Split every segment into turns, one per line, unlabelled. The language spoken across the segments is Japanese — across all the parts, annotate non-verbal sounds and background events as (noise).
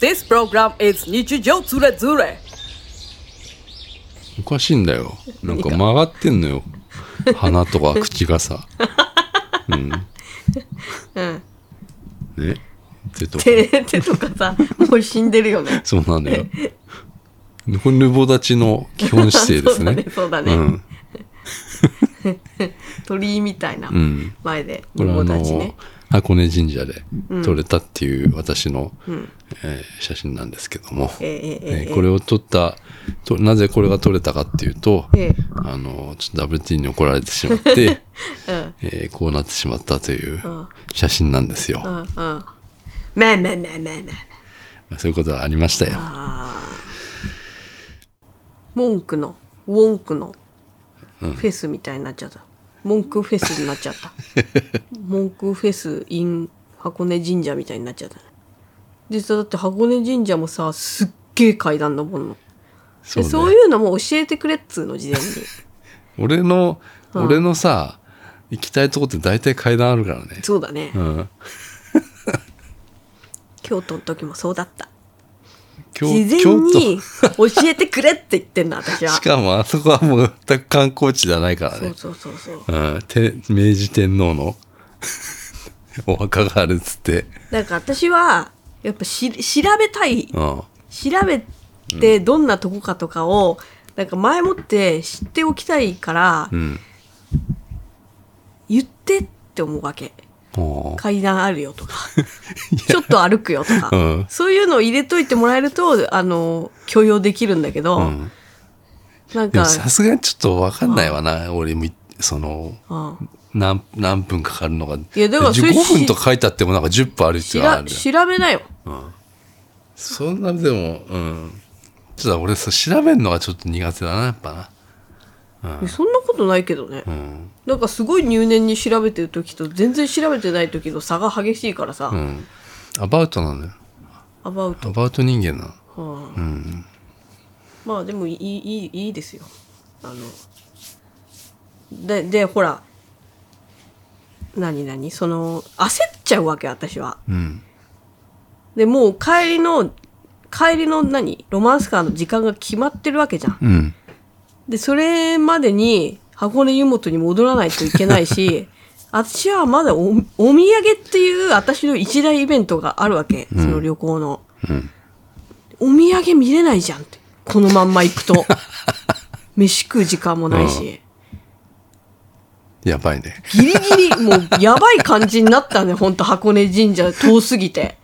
This program is 日常ズレズレ
おかしいんだよなんか曲がってんのよ鼻とか口がさうん
うん
ね手とか
手手とか
(laughs)
さもう死んでるよね
そうなんだよこれヌボ立ちの基本姿勢ですね
(laughs) そうだねそうだね
うん
鳥居みたいな
うん
前で
これはあ
友
の、
達ね
箱根神社で撮れたっていう私の、
ん
えー写真なんですけども、
ええええ
えーこれを撮ったとなぜこれが撮れたかっていうと、
ええ
あのちょっと WT に怒られてしまって、
(laughs) うん
えーこうなってしまったという
うん
写真なんですよ、
う
ま
んうんまあまあまあまあまあ
あそういうことがありましたよ
あー文句のウォンクのフェスみたいになっちゃった、文句フェスになっちゃった
(laughs)
文句フェス in 箱根神社みたいになっちゃった実際だって箱根神社もさすっげえ階段登るの
そ
そう,、
う,、ね、
そういうのも教えてくれっつうの事前に
俺の、
うん
俺のさ行きたいとこって大体階段あるからね
そうだね、
うん
京都の時もそうだった
京
事前
京
に教えてくれって言ってんの私
都
は
しかもあそこはもう全く観光地じゃないからね
そうそうそうそう
うん、て明治天皇の (laughs) お墓があるっつって、
だから私はやっぱし調べたい
うん、
調べてどんなとこかとかを、なんか前もって知っておきたいから、
うん、
言ってって思うわけ
も
階段あるよ
(laughs)
とかちょっと歩くよとか、
うん
そういうのを入れといてもらえるとあの許容できるんだけど、
う、うん、
なん
でも
か
さすがにちょっとわかんないわな、俺もいその
うん
何何分かかるのが
やだからそれ
15分と書いてあってもなんか10分歩い
して
あ
ら
る
調べなよ
そんなでもうんちょっと俺さ調べるのがちょっと苦手だなやっぱ
そんなことないけどね、
なうん
なんかすごい入念に調べてる時と全然調べてない時の差が激しいからさ、
うんアバウトなんだよ
アバウト、
アバウト人間なの
はあ
うん
まあでもいいいいいいですよあのででほら何何その焦っちゃうわけ私は
うん
でもう帰りの帰りの何ロマンスカーの時間が決まってるわけじゃん
うん
でそれまでに箱根湯本に戻らないといけな
(laughs)
いし私はまだおお土産っていう私の一大イベントがあるわけ、その旅行の、
うん
お土産見れないじゃんって。このまんま行
(laughs)
くと。飯食う時間もないし。
やばいね
ギリギリ、もうやばい感じになったね、ほ (laughs) んと箱根神社遠すぎて。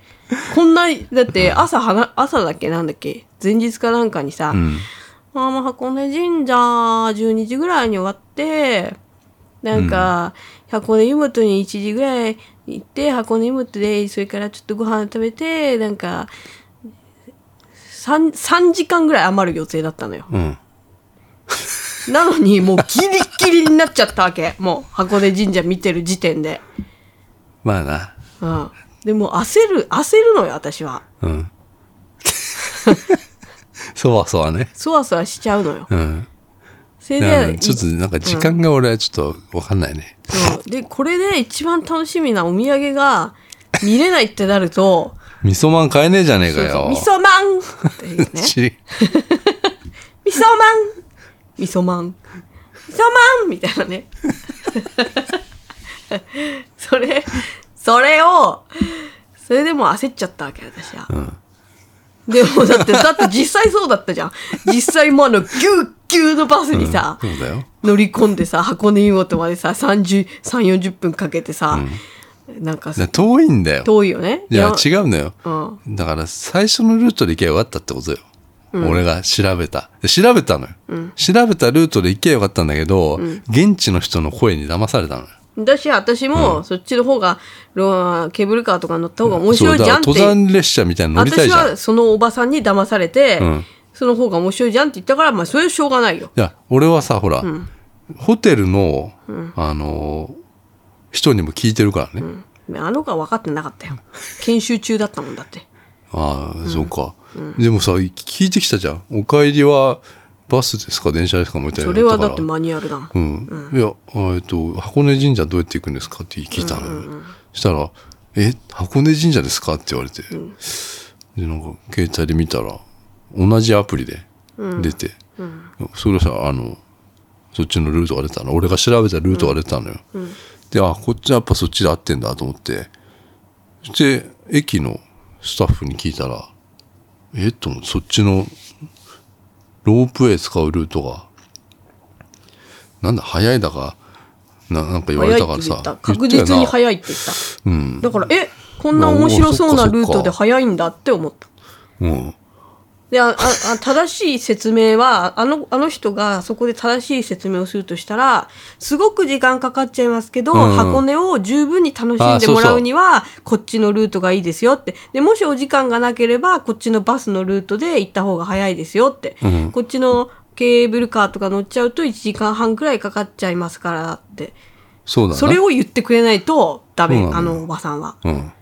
こんな、だって朝はな、朝だっけなんだっけ前日かなんかにさ、
うん
あーもう箱根神社12時ぐらいに終わって、なんか、箱根湯本に1時ぐらい行って、箱根湯本で、それからちょっとご飯食べて、なんか、3、3時間ぐらい余る予定だったのよ。
うん
なのに、もうギリギリになっちゃったわけ。もう、箱根神社見てる時点で。
まあな
うん。でも、焦る、焦るのよ、私は。
うん。 (laughs) そわそわね。
そわそわしちゃうのよ。
うん。
それ
なん
で、
かちょっとなんか時間が俺はちょっとわかんないね。
うんで、これで一番楽しみなお土産が見れないってなると、
味噌まん買えねえじゃねえか
そうそう
よ。
味噌まんっていうね。
(laughs) ち
味噌まん味噌まん味噌まんみたいなね。 (laughs) それ、それを、それでもう焦っちゃったわけ、私は。
ん
でもだって、だって実際そうだったじゃん。実際もうあの、ぎゅうぎゅうのバスにさ、
そうだよ。
乗り込んでさ、箱根湯本までさ、30、3、40分かけてさ、なんかさ
だから遠いんだよ。
遠いよね。
いや、
ち
違うのよ。
うん。
だから最初のルートで行けばよかったってことよ。俺が調べた。で調べたのよ。調べたルートで行けばよかったんだけど、現地の人の声に騙されたのよ。
だし、私も、そっちの方が、ロケーブルカーとか乗った方が面白い
そう
じ
だか
ゃん
ら
って。
登山列車みたいなの乗りたい
私
じゃん。
は、そのおばさんに騙されて、
ん
その方が面白いじゃんって言ったから、まあ、それはしょうがないよ。
いや、俺はさ、ほら、ホテルの、あのー人にも聞いてるからね。
あの子は分かってなかったよ。研修中だったもんだって。
ああ、そうか、でもさ、聞いてきたじゃん。お帰りはバスですか電車ですかみたいな
そ
の
れ
言っ
は
たから。
だってマニュアルだもん。
うん。いや、えっと、箱根神社どうやって行くんですかって聞いたのよ。したら、え、箱根神社ですかって言われて、でなんか携帯で見たら同じアプリで出て、それさあのそっちのルートが出たの俺が調べたルートが出たのよ、であこっちはやっぱそっちで合ってんだと思ってそして駅のスタッフに聞いたらえっと思ってそっちのロープウェイ使うルートがなんだ早いだかななんか言われ
早い
たか
って
ら
言
さ
った。確実に
い、
早いって言った。
うん、
だから、え、こんな面白そうなルートで早いんだって思った。
うん
で、あ、あ、あ正しい説明は、あの、あの人がそこで正しい説明をするとしたら、すごく時間かかっちゃいますけど、
うんうん
箱根を十分に楽しんでもらうには、こっちのルートがいいですよって。で、もしお時間がなければ、こっちのバスのルートで行った方が早いですよって。
ん
こっちのケーブルカーとか乗っちゃうと1時間半くらいかかっちゃいますからって。
そうだな
それを言ってくれないとダメ、
そうな
あ
んだ
のおばさんは。
うん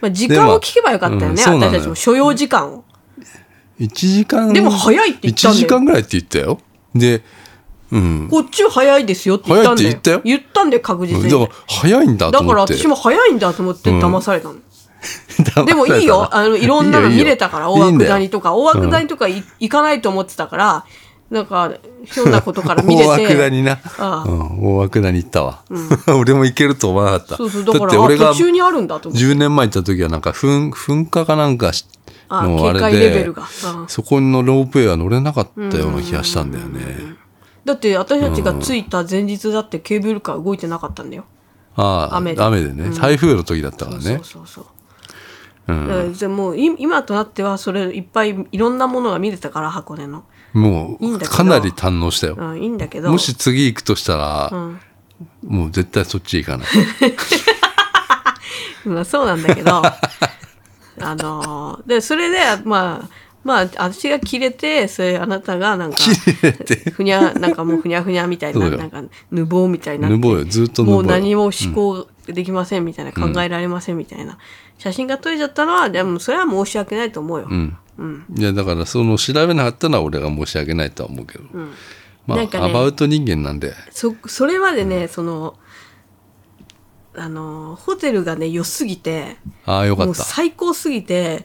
まあ、時間を聞けばよかったよ
でもう
ね、
んそうな
私
のよ
たちも所要時間を。
1時間
でも早いって言ったんだよ
1時間ぐらいって言ったよでうん
こっちは早いですよって言ったんだよ。
早いって言った
言ったんで確実
だ
に。
から早いんだと
だから
思って
私も早いんだと思って騙されたの。
も
でもいいよ、あの、いろんなの見れたから、大涌谷とか、大涌谷とかい行かないと思ってたから、なんか、ひょんなことから
(laughs)
見れ
大涌
て。
谷な
ああ
うん、大涌谷行ったわ、 (laughs) 俺も行けると思わなかった
そうそう、だか
って
ら、あ
俺が
途中にあるんだと思って。
10年前行った時はなんか噴噴火かなんかし
あ
のあれで
警戒レベルがうん
そこのロープウェイは乗れなかったような気がしたんだよね
だって、私たちが着いた前日だってケーブルカー動いてなかったんだよ。
ああ
雨
雨
で
でね、台風の時だったからね
そうそうそう。だからじゃあもうい今となってはそれいっぱいいろんなものが見れたから箱根の、
も
いいん
う
だけど
かなり堪能したよ
うん、いいんだけど
もし次行くとしたら、
ん
もう絶対そっち行
(laughs)
かない。
まあそうなんだけど (laughs) あのーでそれでまあまあ私が切れてそれあなたがなんかふにゃなんかもうふにゃふにゃみたい
そ
な
うよ
なんかぬぼうみたいになって
ぬぼうよずっとぬぼ
も
うよ
う何も思考できませんみたいな、考えられませんみたいな写真が撮れちゃったのはでもそれは申し訳ないと思うよ、
うん。いや、だから、その、調べなかったのは俺が申し訳ないとは思うけど。まあ、
なんかね
アバウト人間なんで。
そそれまでね、そのあのホテルがね良すぎて
ああ、よか
も
っ
う
た。
最高すぎて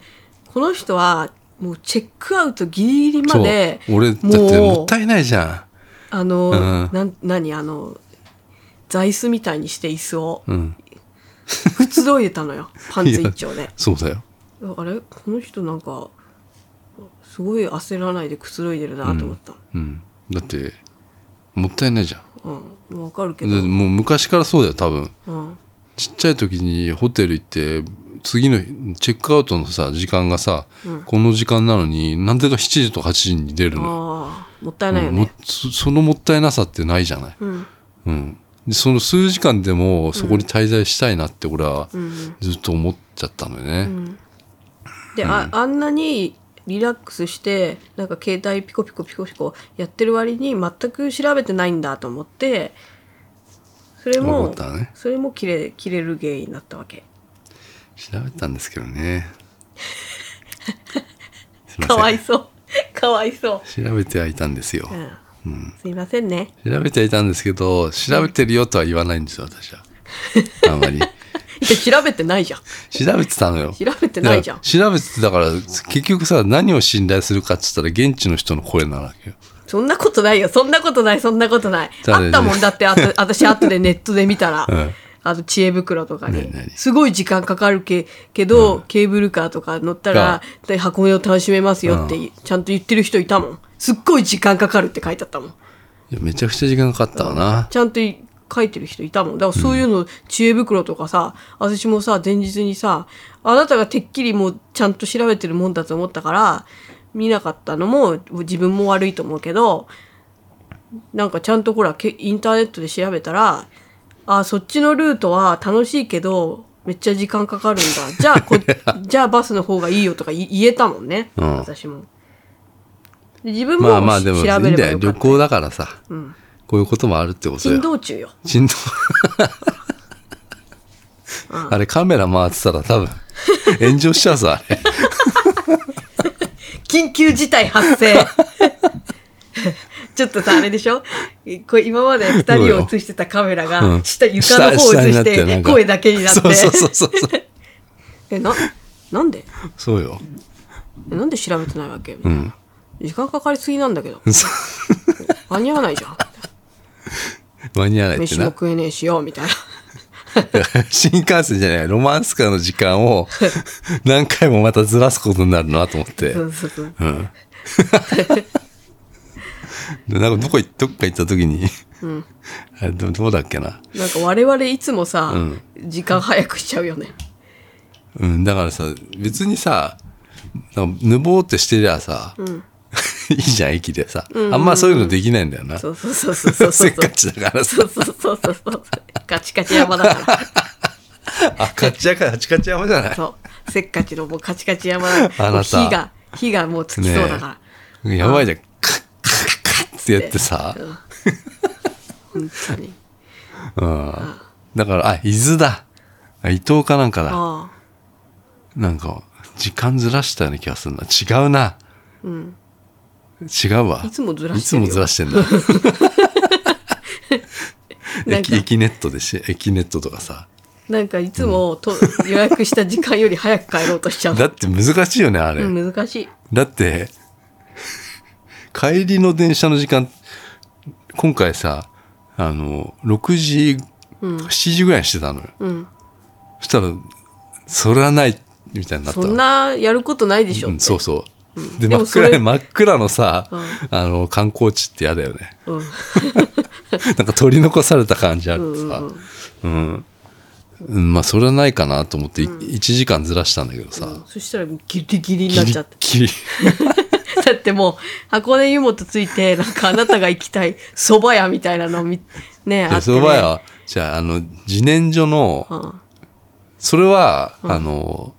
この人はもうチェックアウトギリギリまで
そう。俺、だってもったいないじゃ
あの、
うん
なん何あの座椅子みたいにして椅子を
ん。うん。
くつろいでた
(laughs)
のよパンツ一丁で
そうだよ。
あれこの人なんかすごい焦らないでくつろいでるなと思った、
うん。だって、もったいないじゃん。
うんもうわかるけど、
でもう昔からそうだよ、多分。
うん、
ちっちゃい時にホテル行って、次の日チェックアウトのさ、時間がさ、この時間なのに、なんでか7時とか8時に出るのよ。
ああもったいないよ
うんも
ね、
そそのもったいなさってないじゃない、
ん
うんでその数時間でもそこに滞在したいなって俺はずっと思っちゃったのよね、
で、ああんなにリラックスしてなんか携帯ピコピコピコピコやってる割に全く調べてないんだと思ってそれ
思
も、
ったね
それも切れ切れる原因だったわけ
調べたんですけど
(laughs)
ねすいません
かわいそうかわいそ
調べてはいたんですよ
う、うんすいませんね
調べてはいたんですけど調べてるよとは言わないんですよ私はあんまり
いや調べてないじゃん
調べてたのよ
調べてないじゃ
だか
ん
ら調べてたから結局さ何を信頼するかっつったら現地の人の声なわけよ
そんなことないよそんなことないそんなことない
だね
あったもんだってあと私後でネットで見たら、
(laughs) うん
あの知恵袋とかに
何何
すごい時間かかるけけど、ケーブルカーとか乗ったら
が
で箱根を楽しめますよって、ちゃんと言ってる人いたもんすっごい時間かかるって書いてあったもん
いやめちゃくちゃ時間かかったわな、
ちゃんとい書いてる人いたもんだからそういうの、知恵袋とかさ私もさ前日にさあなたがてっきりもうちゃんと調べてるもんだと思ったから見なかったのも自分も悪いと思うけどなんかちゃんとほらけインターネットで調べたらあそっちのルートは楽しいけどめっちゃ時間かかるんだじゃあこじゃあバスの方がいいよとかい言えたもんね、
うん
私も。で自分も
まあまあでもいい
調べ
ん
れば
だ
よ
よ
か
旅
った。
行だからさ、こういうこともあるってこと
珍
よ
道中よ。
振
(laughs)
動あれカメラ回ってたら
(laughs)
多分炎上しちゃうぞあれ
緊急事態発生。 (laughs) ちょっとさ、あれでしょこれ今まで二人を映してたカメラ
う
が、
ん
下、床の方を
下
映
にな
し
ってなん
て、
か
声だけになって。
そうそうそうそう
え、な、なんで
そう
(laughs)
よ。
えなんで調べてないわけみたいな、時間かかりすぎなんだけど間に合わないじゃん
間に合わないって
飯
な。
も食えねえしよみたいな
(laughs) 新幹線じゃない、ロマンスカーの時間を
(laughs)
何回もまたずらすことになるなと思って
そ。うそうそう
でなんかどこ行っどっか行った時に、 (laughs) あれど、どうだっけな。
なんか我々いつもさ、時間早くしちゃうよね
うん、だからさ、別にさ、なんかぬぼーってしてりゃさ、 (laughs) いいじゃん、駅でさ。あんまそういうのできないんだよな。
そうそうそうそうそうそ
(laughs) せ
う
っかちだからさ
そう。そうそうそうそうガチカチ山だから
あ、カチャカチカチ山じゃない
そうせっかちのもうカチカチ山だ
あなた
もう火が火がもうつきそうだから、
やばいじゃん。カッカッカッってやってさ。
本当に
うん。だから、あ、伊豆だ。あ伊東かなんかだ。
ああ
なんか、時間ずらしたような気がするな。違うな。違うわ。
いつもずら
い
して
つ
るよ
もずらしてんだ。
なん
駅
か
駅ネットでし、駅ネットとかさ。
なんかいつもと予約した時間より早く帰ろうとしちゃう
だって難しいよね、あれ。
うん難しい
だって、帰りの電車の時間、今回さ、あの、6時、7時ぐらいにしてたのよ。
ん
そしたら、それはない、みたいになった
そ
の
んなやることないでしょ、
うん、そうそう。で、
で
真
も
っ
それ
暗い、真っ暗のさ、
ん
あの、観光地って嫌だよね。 (laughs)
うん
なんか取り残された感じある
う
と
ん
さ。う
う
ん
ん
うんまあ、それはないかなと思って、い一1時間ずらしたんだけどさ。
そしたらギリギリに
ギ
なっ
リ
ちゃ
ッ
って
ギリ。
だってもう箱根湯本ついてなんかあなたが行きたい蕎麦屋みたいなのみねあ
で
って
そ
ね
ば屋、じゃあ、あの、自然薯の、
うん
それは、あの、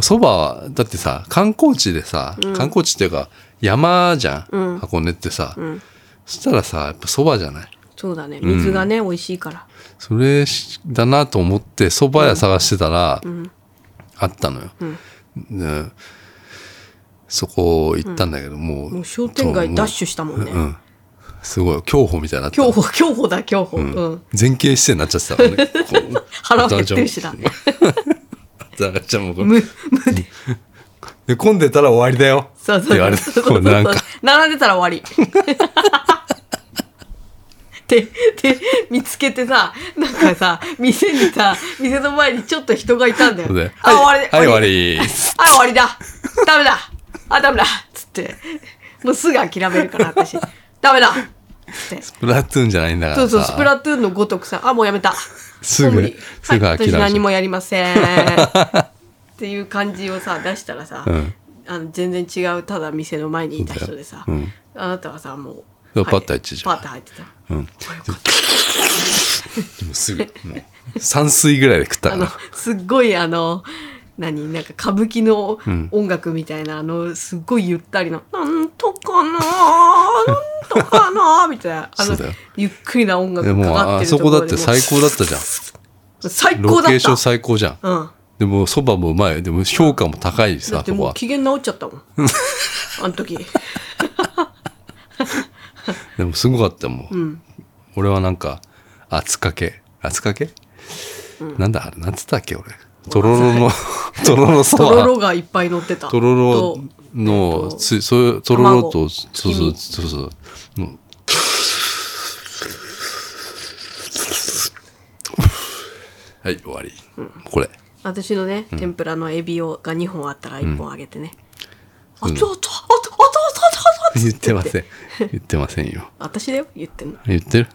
そばは、だってさ、観光地でさ、観光地っていうか、山じゃん、箱根ってさ、そしたらさ、やっぱそばじゃない
そうだね水がね、美味しいから
それしだなと思って、蕎麦屋探してたら、あったのよ、でそこ行ったんだけど、もう。
もう商店街ダッシュ
し
したもんね、
うん。すごい、競歩みたいになってた
競歩競歩だ競歩うん、
前傾姿勢になっちゃってたからね。こう
腹減ってるしな。
ザラちゃんもこれ
むむで
で混んでたら終わりだよ。
そう
って
そう
言わ
そ
れ
うそ
た。
うそ
こう
う
なんか、
並んでたら終わ
(laughs)
りでで見つけてさなんかさ店にさ店の前にちょっと人がいたんだよ
そうだよ
あ、
はい
終わ
は
り
い終わり
あ終わりだダメだあダメだつってもうすぐ諦めるから私ダメだつって
スプラトゥーンじゃないんだか
そ
ら
う
さ。
そうスプラトゥーンのごとくさあもうやめた
すぐ
もう無理
すぐ諦め
はい、私
ちゃう
何もやりません (laughs) っていう感じをさ出したらさ、
うん
あの全然違うただ店の前にいた人でさ、
そうだよ
あなたはさも
そううパッと入ってたじゃん
パッと入ってた
うん。でもすぐ、もう、3水ぐらいで食った
あ
か
の
な。
すっごいあの何なんか歌舞伎の音楽みたいな、あのすっごいゆったりの「なんとかななんと
(laughs)
かな」みたいなあ
そ
の
うだよ
ゆっくりな音楽
で
がか
も
かっ
あ
て
あ
ると
そ
こ
こ
ろ
だ
で
って最高だったじゃん。
最高
ロ
だ
ケー
っ
ショ
た
ン最高じゃん。
うん
でもそばもうまい。でも評価も高いしさ
だっ、
そ
て
こ
も
は
う。機嫌治っちゃったもんあの時
でもすごかったもん。俺はなんか、厚かけ。厚かけ、なんだあれ、なんつったっけ俺。とろろの、とろろそば。
とろろがいっぱい乗ってた
とろろ
えっ
の
と
つそういうとろろと
卵
そうそうそうそううんはい終わり、これ
私のね、天ぷらのエビをが2本あったから1本あげてね、あ
うん
熱々熱々熱々熱々熱
言
々
ってません言ってませんよ
私だよ言ってんの
言ってる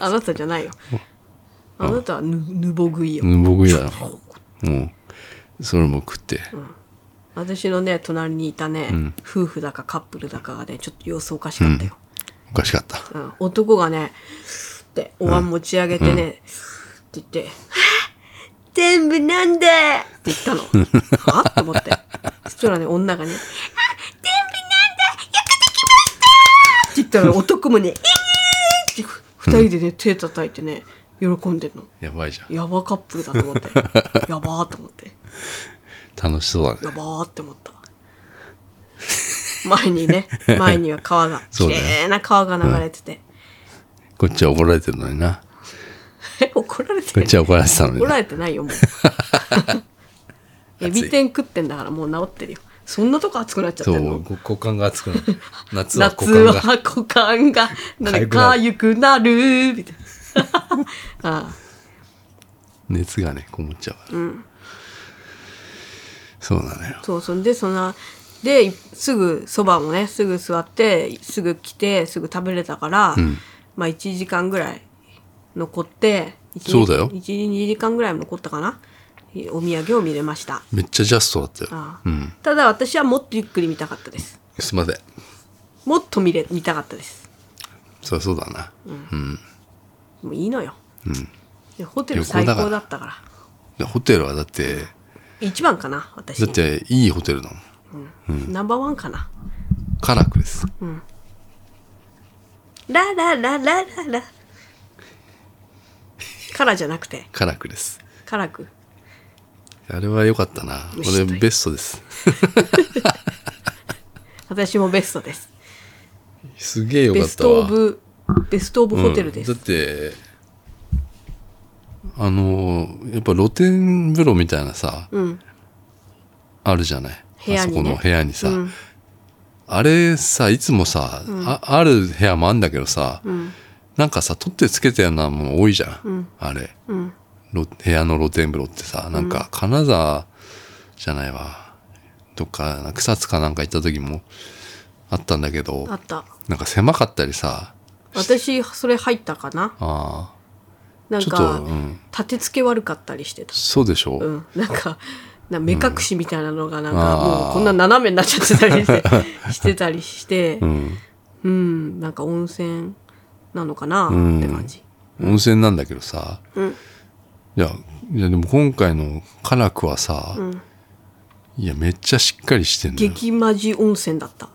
あなたじゃないよあなたはぬぬぼ食いよ、
うん僕やもうそれも食って、
私のね隣にいたね、夫婦だかカップルだかがねちょっと様子おかしかったよ、
おかしかった
うん男がねってお椀持ち上げてね、って言って「全部なんで!」って
(laughs)
言ったのはと思ってそしたらね女がね「全部なんだやってきました!」って言ったら男もね「ええー!」って二人でね手叩いてね喜んでるの
やばいじゃん
やばカップルだと思ってやばーと思って
楽しそうだ
や
ね
ばーって思った。前にね、前には川が、
そ
綺
うだよ
麗な川が流れてて、
こっちは怒られてるのにな
え、怒られ
こ
て
っ
る
ちは怒られてたのに (laughs)
怒ら
な
れてないよ、もう。エビ天食ってんだからもう治ってるよそんなとこ熱くなっちゃっ
そ
てんの
う、こ (laughs) 股間が熱くなる。 (laughs) 夏は股
夏
間が。
は股間がなんだか
か
ゆくな (laughs) るみたいなあ
熱がね、こもっちゃうから。そうなのよ
あ。そうそんでそんなでいすぐそばもねすぐ座ってすぐ来てすぐ食べれたから、
ん
まあ1時間ぐらい残って一
そうだよ
12時間ぐらい残ったかなお土産を見れました
めっちゃジャストだったよ。
ああ
うん。
ただ私はもっとゆっくり見たかったです
すいません。
もっと見れ見たかったです
そりゃそうだな。うん。
もういいのよ、でホテル
旅行だ
最
から
高だったから
でホテルはだって、
一番かな私
だっていいホテルだもん。
ナンバーワンかな
カラクです。
ララララララカラじゃなくて
カラクです。
カラク
あれは良かったな。
よし
俺
という
ベストです。
私もベストです
すげえ良
ベ
かっ
ス
た
トオ
わ。
ブベストオブホテルです、
うんだってあのやっぱ露天風呂みたいなさ、
ん
あるじゃない
部屋にね
あそこの部屋にさ、
うん
あれさいつもさ、あある部屋もあんだけどさ、なんかさ取ってつけたようなもの多いじゃん、あれ、
ん
ろ部屋の露天風呂ってさなんか金沢じゃないわどっか草津かなんか行った時もあったんだけど
あった
なんか狭かったりさ
私それ入ったかな
あ
な
あ
ん
ちょっと、
か
うん、
立て付け悪かったりしてた
そうでしょ、
うんなんかな目隠しみたいなのがなんか
うん
もうこんな斜めになっちゃってたりして
(laughs)
してたりして
うん。
うんなんか温泉なのかな
うん
って感じ
温泉なんだけどさ。
うん
いや、いやでも今回のカラクはさ、
ん
いや、めっちゃしっかりしてんのよ。
激マジ温泉だった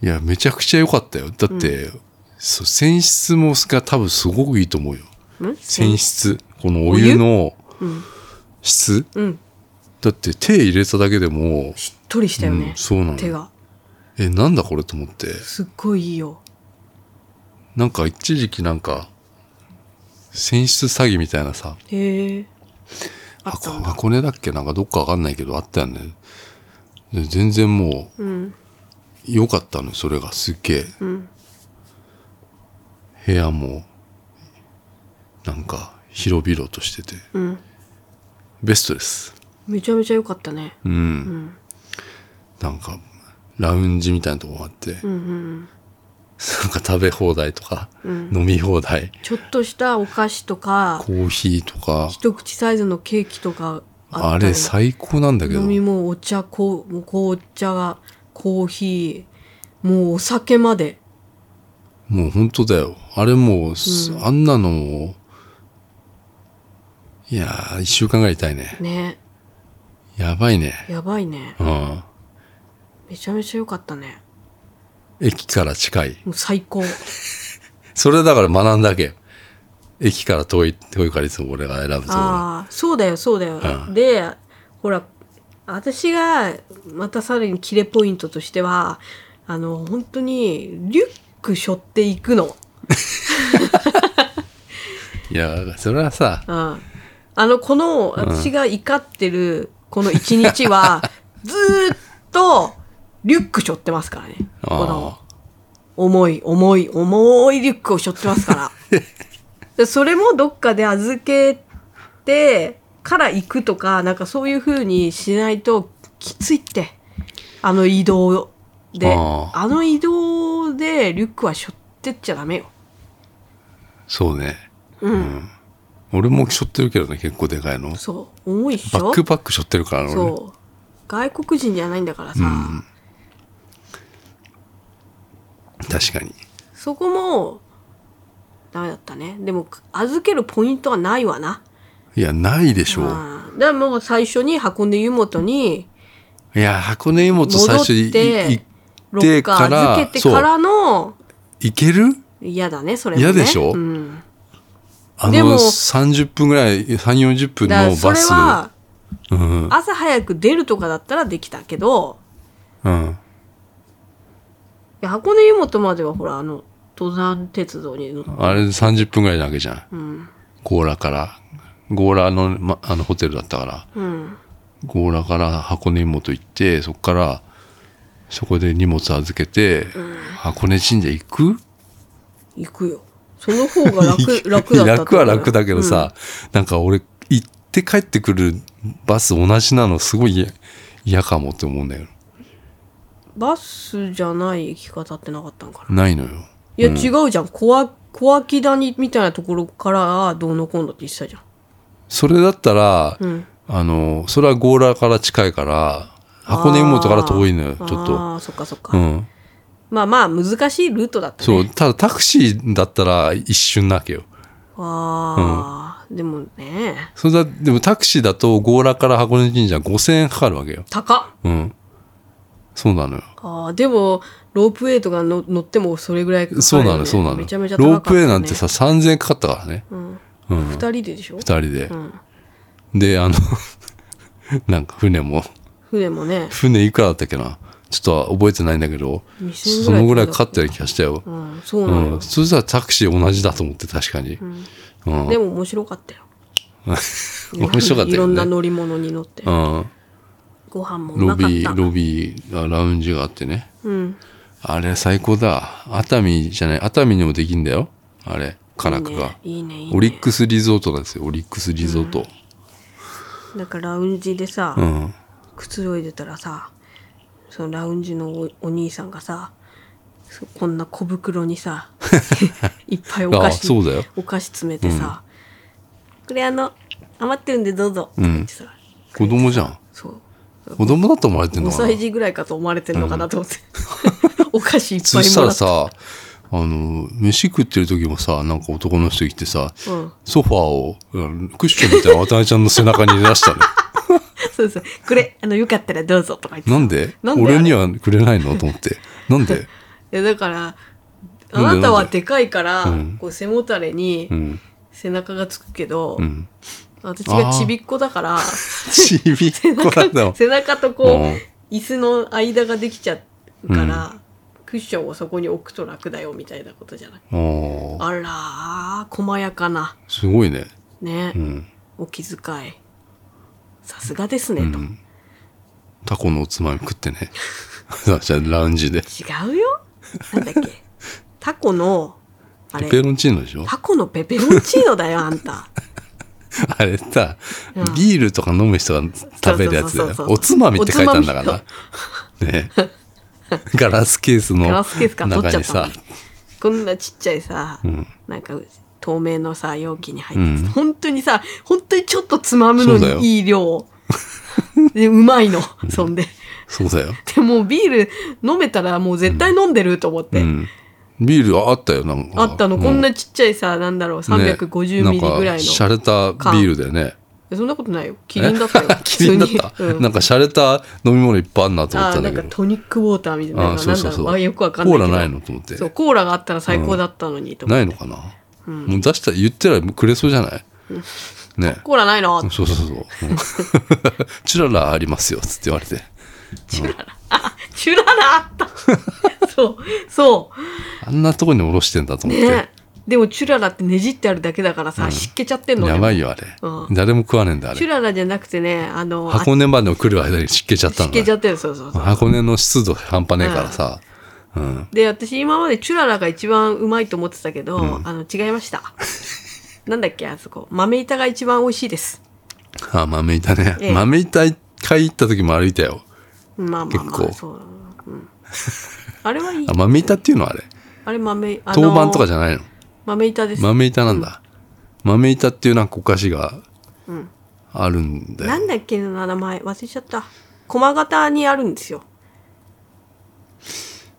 いや、めちゃくちゃ良かったよ。だって、そう泉質もすが多分すごくいいと思うよ。
ん
泉質。このお湯の質。
うん
だって手入れただけでも、
しっとりしたよね、
うんそうなの
手が
え、なんだこれと思って。
すっごいいいよ
なんか一時期なんか、泉質詐欺みたいなさ、
へえあった
箱
んだ
箱根だっけなんかどっかわかんないけどあったよね。で全然もう、
うん
良かったのよそれがすっげえ
うん
部屋もなんか広々としてて
うん
ベストです
めちゃめちゃ良かったね
うん、なんかラウンジみたいなとこがあって、
うんうんうん
なんか食べ放題とか、飲み放題
ちょっとしたお菓子とか
コーヒーとか
一口サイズのケーキとか
あ
あったり
れ最高なんだけど
飲み物お茶こうもう紅茶がコーヒーもうお酒まで
もう本当だよあれもうす、あんなのもいやー1週間ぐらい痛いね
ね
やばいね
やばいね
うん
めちゃめちゃ良かったね
駅から近い
もう最高
それだから学んだわけよ。駅から遠い、遠いからいつも俺が選ぶところ。
ああそうだよそうだよ、
うん
でほら私がまたさらにキレポイントとしてはあの本当にリュック背負っていくの、
いや、それはさ、
うん、あのこの私が怒ってるこの一日は、 (laughs) ずーっとリュック背負ってますからねこの
あ
重い重い重いリュックを背負ってますからでそれもどっかで預けてから行くとかなんかそういうふうにしないときついってあの移動で
あ
あの移動でリュックは背負ってっちゃダメよ
そうね。
うん、
俺も背負ってるけどね、結構でかいの。バ
そう重いっしょ
ックパック背負ってるからね俺ね。
そう外国人じゃないんだからさ、
うん確かに。
そこもダメだったねでも預けるポイントはないわない
や、ないでしょう。
うんだからもう最初に運んで湯本に
いや、箱根湯本最初
戻
に
って
いい
ロッ
でから
カー預けてからの
行ける
嫌だねそれもね
嫌でしょ
うん、
あ
でも
の、30分ぐらい、3、40分
だから
の
そ
バ
れ
ス。
は
うん。
朝早く出るとかだったらできたけど
うん。
いや箱根湯本まではほらあの登山鉄道に乗って
あれ30分ぐらいなわけじゃん。ゴーラから。ゴーラの、ま、あのホテルだったから。
うん
強羅から箱根妹行ってそこからそこで荷物預けて、箱根神社行く
行くよ。その方が
(laughs)
楽、楽だったって
楽
こ
は
とだよ
楽だけどさ、なんか俺行って帰ってくるバス同じなのすごい嫌嫌かもって思うんだよ
バスじゃない行き方ってなかったんかな。
ないのよ
いや、違うじゃん。小小秋谷みたいなところからどうのこうのって言ってたじゃん。
それだったら、
ん
あのそれは強羅から近いから箱根妹から遠いのよちょっと
ああ、そっかそっか。
うん
まあまあ、難しいルートだったね。
そうただタクシーだったら一瞬なわけよ
ああ、でもね、
それだでもタクシーだと強羅から箱根神社5000円かかるわけよ
高っ。
うんそうなのよ
ああ、でも、ロープウェイとかの乗ってもそれぐらいかかるよね
そうなの、そうなの。
めちゃめちゃ高
ロ
か
ー
った、
プ
ね。
ウェイなんてさ、3000円かかったからね。
うん、
うん。
二
二
人ででしょ
人で
う。ん。
で、あの、 (laughs) なんか船も、
船もね、
船いくらだったっけなちょっと覚えてないんだけど、
2000
そのぐらいかか
買
ったような気がしたよ。
うん、そうなの
う
よ
ん。、そしたらタクシー同じだと思って確かに、うん
でも面白かったよ。
(laughs) 面白かった
いろ
よ
ん
ね
な乗り物に乗って。
うん、
ご飯もう
ロ
まかっ
ビー
た。
ロビーがラウンジがあってね
うん。
あれ最高だ熱海じゃない熱海にもできんだよあれカラクが
いいね、いいね。いいね
オリックスリゾートなんですよオリックスリゾート
なんかラウンジでさ、
うん、
くつろいでたらさ、そのラウンジのおお兄さんがさ、そこんな小袋
(laughs)
にさ、いっぱいお菓
あ
子、
そうだよ
お菓子詰めてさ、これあの、余ってるんでどうぞ、って言ってさ、
子供じゃん
そう。
子供だと思われてん
5
のかな
歳児ぐらいかと思われてるのかなと思って。 (laughs) お菓子いっぱ
そ
い
し
も
た
ら
ら
った。
さあの飯食ってる時もさなんか男の人来てさ、
うん
ソファーをうんクッションみたいな渡辺ちゃんの背中に入れ出したの
そうそう。これ、あの、よかったらどうぞとか言ってさ
なんで
なんであれ
俺にはくれないのと思ってなん
(laughs)
で、
いやだから
な
あ
んで
なたは
なんで
でかいから、
うん
こう背もたれに
うん
背中がつくけど、
うん、
私がちびっこ
(laughs)
だから
ちびっこだ
(laughs)
ったの
背中とこう、
うん
椅子の間ができちゃうから、クッションをそこに置くと楽だよみたいなことじゃない
おー
あらー細やかな
すごいね、
ね、
うん
お気遣いさすがですね、
う
と
ん、タコのおつまみ食ってね (laughs) じゃあラウンジで
違うよなんだっけタコのあ
ペ
れ
ペロンチーノでしょ
タコのペペロンチーノだよあんた
あれさ、
うん
ビールとか飲む人が食べるやつだ
そうそうそう
よ。
そう
おつまみって書いてあるんだから。ね。 (laughs) ガラスケースの
ガラスケースから取っち
中
ゃっ
に
たの
さ
ね、こんなちっちゃいさ、
ん
なんか透明のさ容器に入ってて、
うん
本当にさ本当にちょっとつまむ
そ
の
うだよ
にいい
(laughs)
量をでうまいのそんで
そうだよ。
でもうビール飲めたらもう絶対飲んでると思って、
うん。ビールあったよ、なんか。
あったの、こんなちっちゃいさなんだろう350ミリぐらいの、
シャレたビールだよね。
そんなことないよキリンだったよ
(laughs) キリンだった
普通にう。ん
なんかシャレた飲み物いっぱいあんなと思っ
あ
た
ー
ん
な
だ
ん
け
か
ど。
トニックウォーターみたいな
あー
なん
そ
だ
う
ろ
そうそう
あよくわかんないけど
コーラないのと思って
そうコーラがあったら最高だったのにと思っ
な
て、
いのかなもう出したら言ってらくれそうじゃないね。
コーラないの (laughs)
そうそうそう。 (laughs) うんチュララありますよ、つって言われて。
チュララ。あ、チュララ
(laughs)
あった。そう、そ
あんなとこにおろしてんだと
う。
思って。
ねでもチュララってねじってあるだけだからさ、湿気ちゃってんのね
やばいよ、あれ。
うん
誰も食わねえんだ、あ
チュ
れ。
ララじゃなくてね、あの、あ
箱根までの来る間に湿気ちゃった
湿
の
気
ね
ち。ゃってる。そうそうそう。
箱根の湿度半端ねえからさ。うん。
で、私今までチュララが一番うまいと思ってたけど、あの、違いました。 (laughs) なんだっけ、あそこ。豆板が一番美味しいです。
あ、豆板ね。
ええ
豆板一回行った時も歩いたよ。
まあま
結
あまあ、
構
そうだな。うんあれはいい
あ、。豆板っていうのはあれ。
あれ豆、あ
豆板とかじ
ゃ
ゃないの。
豆板です。
豆板なんだ。豆板っていうなんかお菓子が
ん
あるんだ
な
よ。
んだっけな、名前。忘れちゃった。駒形にあるんですよ。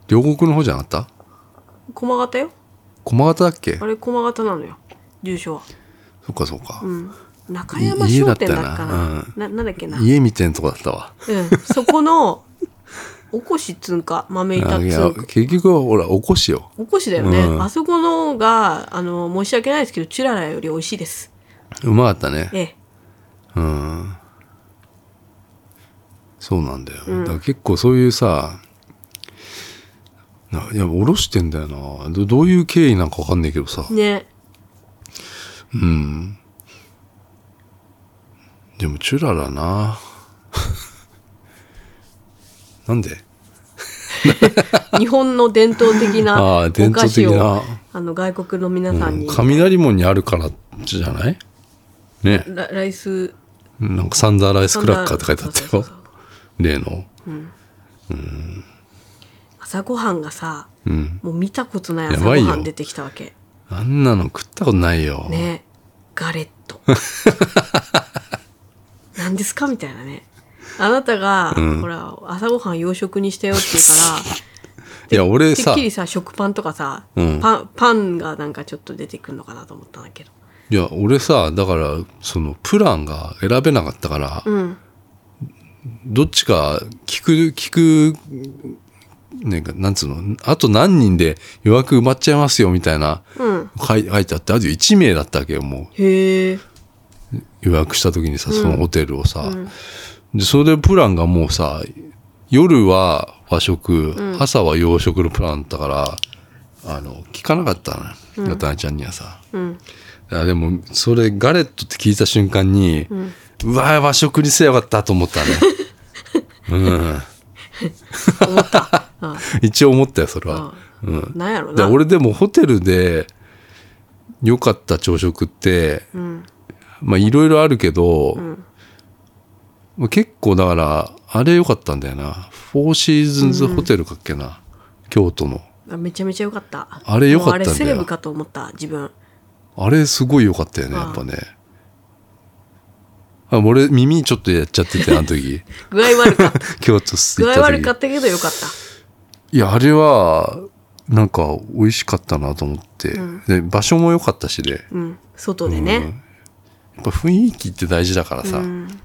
両国の方じゃなかった
駒形よ。
駒形だっけ
あれ駒形なのよ住所は、
そっかそっか
う。ん、中山商店だったか
家だ
な
った
ななんだっけな、うん、
家みたいなとこだったわ。
そこのおこしっつんか豆板
あ
っ
い
つ
や
んか
結局はほら、起こしよ。
おこしだよね、
うん
あそこのがあの申し訳ないですけどチュララより美味しいです
うまかったね。
ええ
うんそうなんだよ、だから結構そういうさないやおろしてんだよなどどういう経緯なんかわかんないけどさ
ね
うんでもチュララな (laughs) なんで
日本の伝統的
(laughs)
な
あ
お
ー伝
菓
統
子
的な
をあの外国の皆さんに、
雷門にあるからじゃないね
ラライス
なんかサンダーライスクラッカーって書いてあった
そう
よ
そうそうそう
例の
朝ごはんがさ
うん
もう見たことない
や
朝ご
ばいよ
はん出てきたわけ
あんなの食ったことないよ、
ねガレッ
(laughs)
ト何ですかみたいなねあなたが、
ん
ほら朝ごはん洋食にしたよって言うから
いや俺
てっ
さ
きりさ食パンとかさ、
うん
パンパンがなんかちょっと出てくるのかなと思ったんだけど
いや俺さだからそのプランが選べなかったから、
うん
どっちか聞く聞くなんかなんつうのあと何人で予約埋まっちゃいますよみたいな
うん
書い書いてあってあと1名だったわけよも
へえ
う予約した時にさそのホテルをさ、でそれでプランがもうさ夜は和食、朝は洋食のプランだったからあの聞かなかったのよ、ガタナちゃんにはさ。
うん
あでもそれガレットって聞いた瞬間に、うわ和食にせよかったと思ったね
(laughs)
うん
思
(laughs)
った、うん
一応思ったよそれは、うん
なんやろ
で
な
俺でもホテルで良かった朝食って
うん
まあいろいろあるけど、
ん
まあ結構だからあれ良かったんだよなフォーシーズンズホテルかっけな、京都の
あめちゃめちゃ良かった
あれ良かったんだよ
もうあれセレブかと思った自分
あれすごい良かったよねやっぱねあ俺耳ちょっとやっちゃっててあの
(laughs)
時
具合悪
(laughs)
かった
京都行
具
っ
合
た時
悪かったけど良かった
いや、あれは、なんか、美味しかったなと思って。で、場所も良かったしで、
うん外でね
やっぱ雰囲気って大事だからさ。
う、
うんん。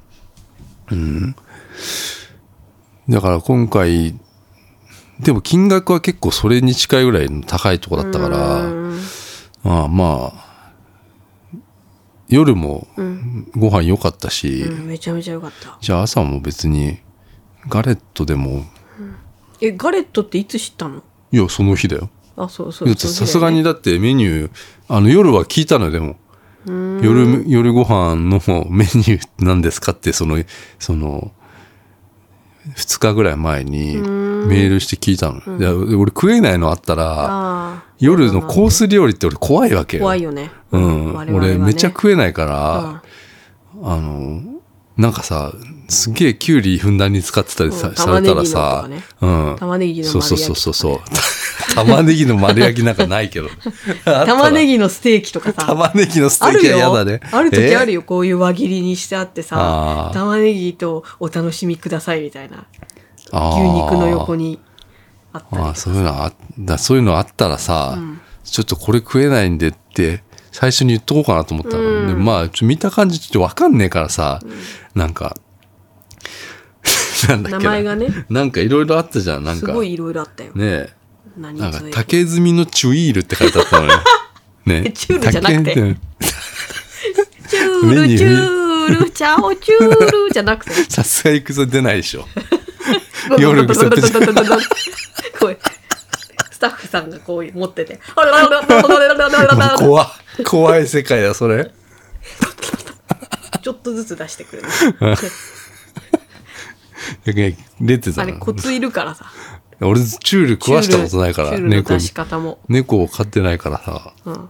だから今回、でも金額は結構それに近いぐらいの高いとこだったから、
うん
まあまあ、夜もご飯良かったし、
うんめちゃめちゃ良かった
じゃあ朝も別に、ガレットでも、
えガレットっていつ知ったの
いや、その日だよ。
あそうそ
だ
う
って
そう
さすがにだってメニュー、あの夜は聞いたのよ、でも。夜、夜ご飯のメニューなんですかって、その、その、2日ぐらい前にメールして聞いたの。いや俺食えないのあったら、
ああ
夜のコース料理って俺怖いわけよ。
怖いよね
うん。
我々はね
俺めちゃ食えないか
うん
ら、あの、なんかさ、すげえキュウリふんだんに使ってたりさ,、
うん
されたら
玉
さ、
ねぎのと
うん。
玉ねぎの丸焼きとか
そ
ね
うそうそうそうそう。 (laughs) 玉ねぎの丸焼きなんかない
(laughs)
けど。
玉ね
ぎ。
ぎのステーキとかさ
玉ねぎのステ
あ
ー
る
キ
よ
は嫌だね。
ある時ある
よ。
よ、こういう輪切りにしてあってさ
あー
玉ねぎとお楽しみくださいみたいな
あ
牛
ー
肉の横にあったり
あーそういうのあだそういうのあったらさ、ちょっとこれ食えないんでって、最初に言っとこうかなと思ったの。でまあ、ちょ見た感じちょっとわかんねえからさ、なんか、 (laughs) なんだっけな。
名前がね
なんかいろいろあったじゃん、なん
す
か。
ごい
ね
いろいろあったよ、
え。
何
なんか
それ、
竹炭のチュイールって書いてあったのね。
(laughs)
ね。
チュールじゃなくて
竹うん
チュー
メニュ
ル
ー
チュールチャオチュールじゃなくて
さすがにクソ出ないで
(laughs)
しょ。夜ぐ
ぐ
さ
さ
って
こうスタッフさんがこう持っててあらららららららら
怖怖い世界だ、それ。
ちょっとずつ出してくれる
出てた
あれ
の
コツいるからさ
俺、チュール食わしたことないから、
チュールの
猫
出
に
し方も、
猫を飼ってないからさ。
うん、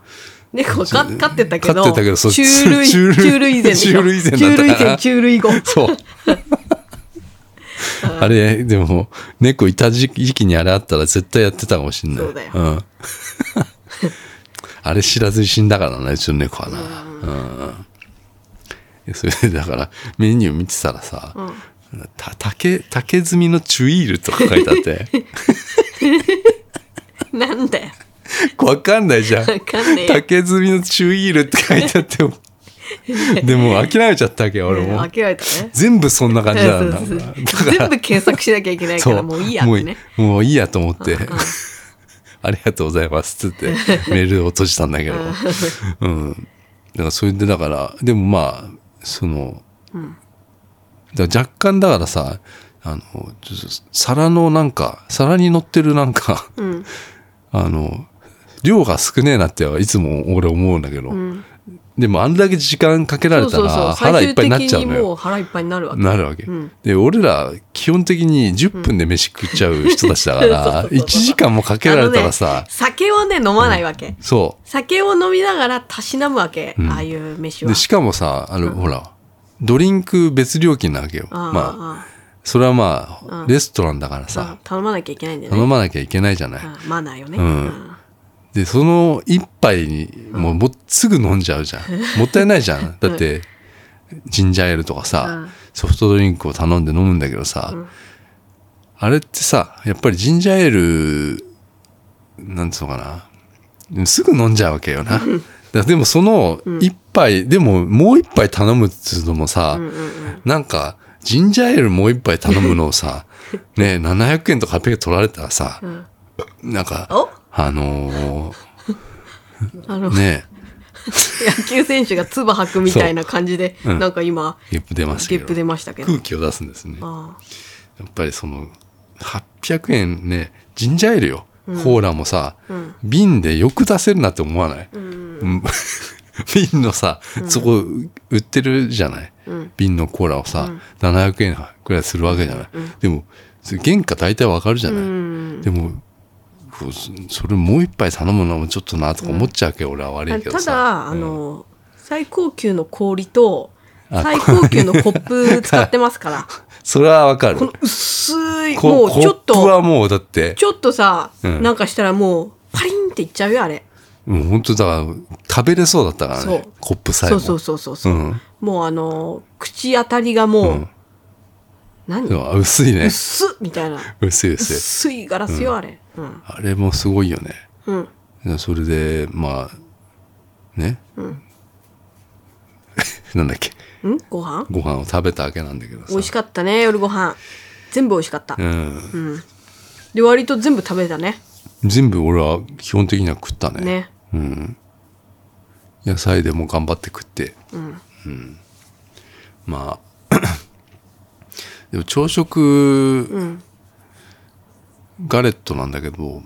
猫か飼ってたけど
飼ってたけどそう
チュール
チ
チ
ュー
ュ
ル
ール以前でしょ
チュール以前だったから
チュール以前チュール以後
(laughs) そう。あれ、でも、猫いた時期にあれあったら絶対やってたかもしんない。
そうだよ
ん。 (laughs) あれ知らずに死んだからな、うちの猫はな。うん。それで、だから、メニュー見てたらさ、た竹、竹炭のチュイールとか書いてあ
(laughs)
って、
なんだよ
わかんないじゃん。
わかんねえよ
竹炭のチュイールって書いてあ
(laughs)
っても、でも諦めちゃったわけ、俺も
開。けられたね
全部そんな感じなんだ。
そうそうそ
だ
う
から
全部検索しなきゃいけないからもういいやってね
もうもういいやと思って、 (laughs) ありがとうございますっつって
(laughs)
メールを閉じたんだけど。うん。だからそれでだから、でもまあ、その、だから若干だからさ、あの、ちょっと皿のなんか、皿に乗ってるなんか、
ん
(laughs) あの、量が少ねえなってはいつも俺思うんだけど、でもあんだけ時間かけら
そ
れ
う
た
そうそう
ら腹いっ
最
ぱい
終
になっ
的
ちゃう
に
の
もう
よ。
腹いっぱいになるわけ
なるわけ。
ん
で、俺ら昨基本的に10分で飯食っちゃう人たちだから、
(laughs) そうそうそう
1時間もかけられたら
あの
さ
ね、、酒をね飲まないわけ、
そ
酒を飲みながらたしなむわけ、ああいう飯
う。
は
で、しかもさ、あの、ほら、ドリンク別料金なわけよ。
ああ
まあ、
あ
それはまあ、レストランだから
あ
さ
うん、頼まなきゃいけないんだよね
頼まなきゃいけないじゃない。
うんマナーよね、
うんで、その一杯に、もう、もうすぐ飲んじゃう (laughs) じゃん。もったいないじゃん。だって、ジンジャーエールとか
う
さ
ん、
ソフトドリンクを頼んで飲むんだけどさ、あれってさ、やっぱりジンジャーエール、なんつうのかな。すぐ飲んじゃうわけよな。だでもその一杯、でももう一杯頼むっつうのもさ、なんか、ジンジャーエールもう一杯頼むのを (laughs) さ、ね、700円とか800円取られたらさ、なんか、
お
あ
(laughs)
のー
あの、
ね
(laughs) 野球選手が唾吐くみたいな感じで、
うん
なんか今
ゲップ出ます
ゲ
け
ップ出
ど
ましたけど
空気を出すんですねや
ああ
っぱりその800円ねジンジャーエールよ、コーラもさ、瓶でよく出せるなって思わない、うん (laughs) 瓶のさ、そこ売ってるじゃない、瓶のコーラをさ、700円くらいするわけじゃない、でもそれ原価大体わかるじゃない、でもこうそそれもう一杯頼むのもちょっとなとか思っちゃうわけ、俺は悪いけど
た
さ
だあの、最高級の氷と
あ
最高級のコップ使ってま
(laughs)
すから
それはわかる
この薄いも
こ
うちょっ
コップは
と
もうだって
ちょっとさ、
うん
なんかしたらもうパリンっていっちゃうよあれ
うん、本当だから、食べれそうだったから
そ
ね
う。
コップさえ
そ
も。
うそうそうそうそう、
うん
もうあの口当たりがもう、
んで
何
も薄
(laughs)
いね。
薄っみたいな
薄い薄い。
薄いガラスよ、あれうん
あれもすごいよね。
うん
それで、まあ、ね。 (laughs) なんだっけ。
んご飯
ご飯を食べたわけなんだけどさ。
美味しかったね夜ご飯全部美味しかった、
うん。
で割と全部食べたね
全部俺は基本的には食ったね。
ね
うん。野菜でも頑張って食って。うん。まあ、 (coughs) でも朝食、ガレットなんだけど、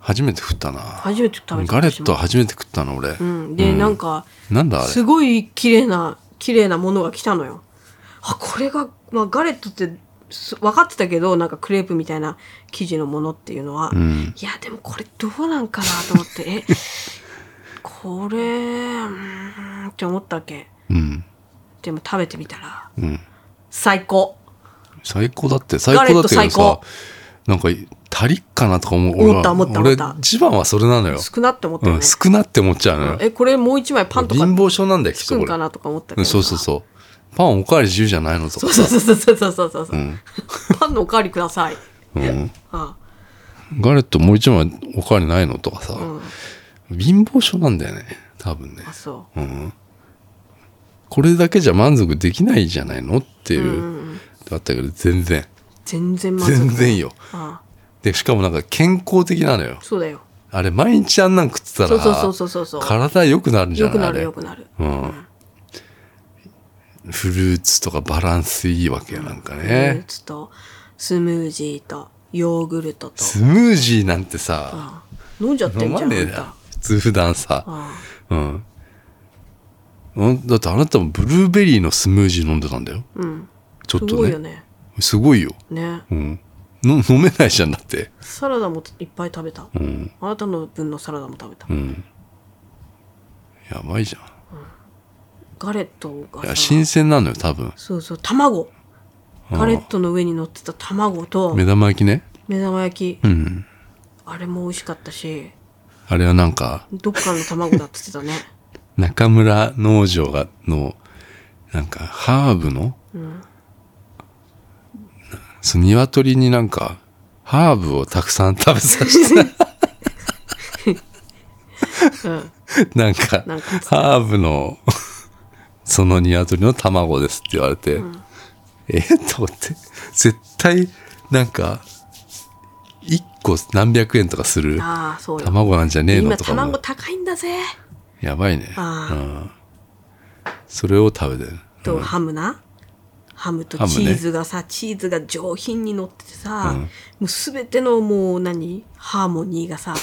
初めて食ったな。
初めて食べた
ガレットは初めて食ったの、俺。
うんで、なんか
なんだあ
す
れ。
ごい綺麗な綺麗なものが来たのよあこれが、まあ、ガレットってす分かってたけどなんかクレープみたいな生地のものっていうのは、
ん
いやでもこれどうなんかなと思ってえこれうーんって思ったわけ
うん。
でも食べてみたら
うん。
最高
最高だって、最高だった
ガ
け
レット最
どさ
高、
なんか、足りっかなとか思う。
思っ
俺は
た思った思った
俺、一番はそれなのよ。
少なって思った
う
よね
ん、、少なって思っちゃうのよ。
えこれもう一枚パンとか
貧乏症なんだよ、きっ
つく
とこ
ん
れ
か。なとか思ったけ
う
ど
んそうそうそう。パンおかわり自由じゃないのと
そ
か
うそうそうそうそうそうそう、
ん
(laughs) パンのおかわりください、
うん
あ
ガレットもう一枚おかわりないのとかさ、貧乏症なんだよね、多分ね
あ。そ
うん。これだけじゃ満足できないじゃないのっていう、だったけど、全然。
う全然満足
全然よ。
あ
で、しかもなんか健康的なのよ。
そうだよ
あれ、毎日あんなん食ってたら、
そうそうそうそうそう
体良くなるんじゃ
よ
ない
くな
あ
る
れ
よくなる
うん。フルーツとかバランスいいわけよ、なんかね。
フルーツとスムージーとヨーグルトと
スムージーなんてさ、
あ飲んじゃって
飲
ん
ま
じゃん
ねえ
あん
だ
た。
普通普段さ。
あ
うん。うんだってあなたもブルーベリーのスムージー飲んでたんだよ。
ん
ちょっ
す
と
ごいよ
ね。
ね
すごいよ。
ね
うん。の飲めないじゃんだって。
サラダもいっぱい食べた、
うん。
あなたの分のサラダも食べた、
うん。やばいじゃん。
ガレット
い
が
や、
さ
新鮮なのよ、多分。
そうそう卵ガレットの上に乗ってた卵と
目玉焼きね。
目玉焼き、
うん。
あれも美味しかったし
あれはなんか、
どっかの卵だって言って
(laughs)
たね
中村農場が、の、なんか、ハーブの、その鶏になんか、ハーブをたくさん食べさせて、
うん
なんか
なんか、
ハーブの、その鶏の卵ですって言われて、えと思って、絶対、なんか、一個何百円とかする
ああそうよ
卵なんじゃねえの
今
とか
卵
も、
高いんだぜ
やばいね。
あ
うん、それを食べてる。
とハムな、ハムと
ハムね
チーズがさ、チーズが上品に乗っててさ、もうすべてのもう何ハーモニ
(laughs)
ーがさも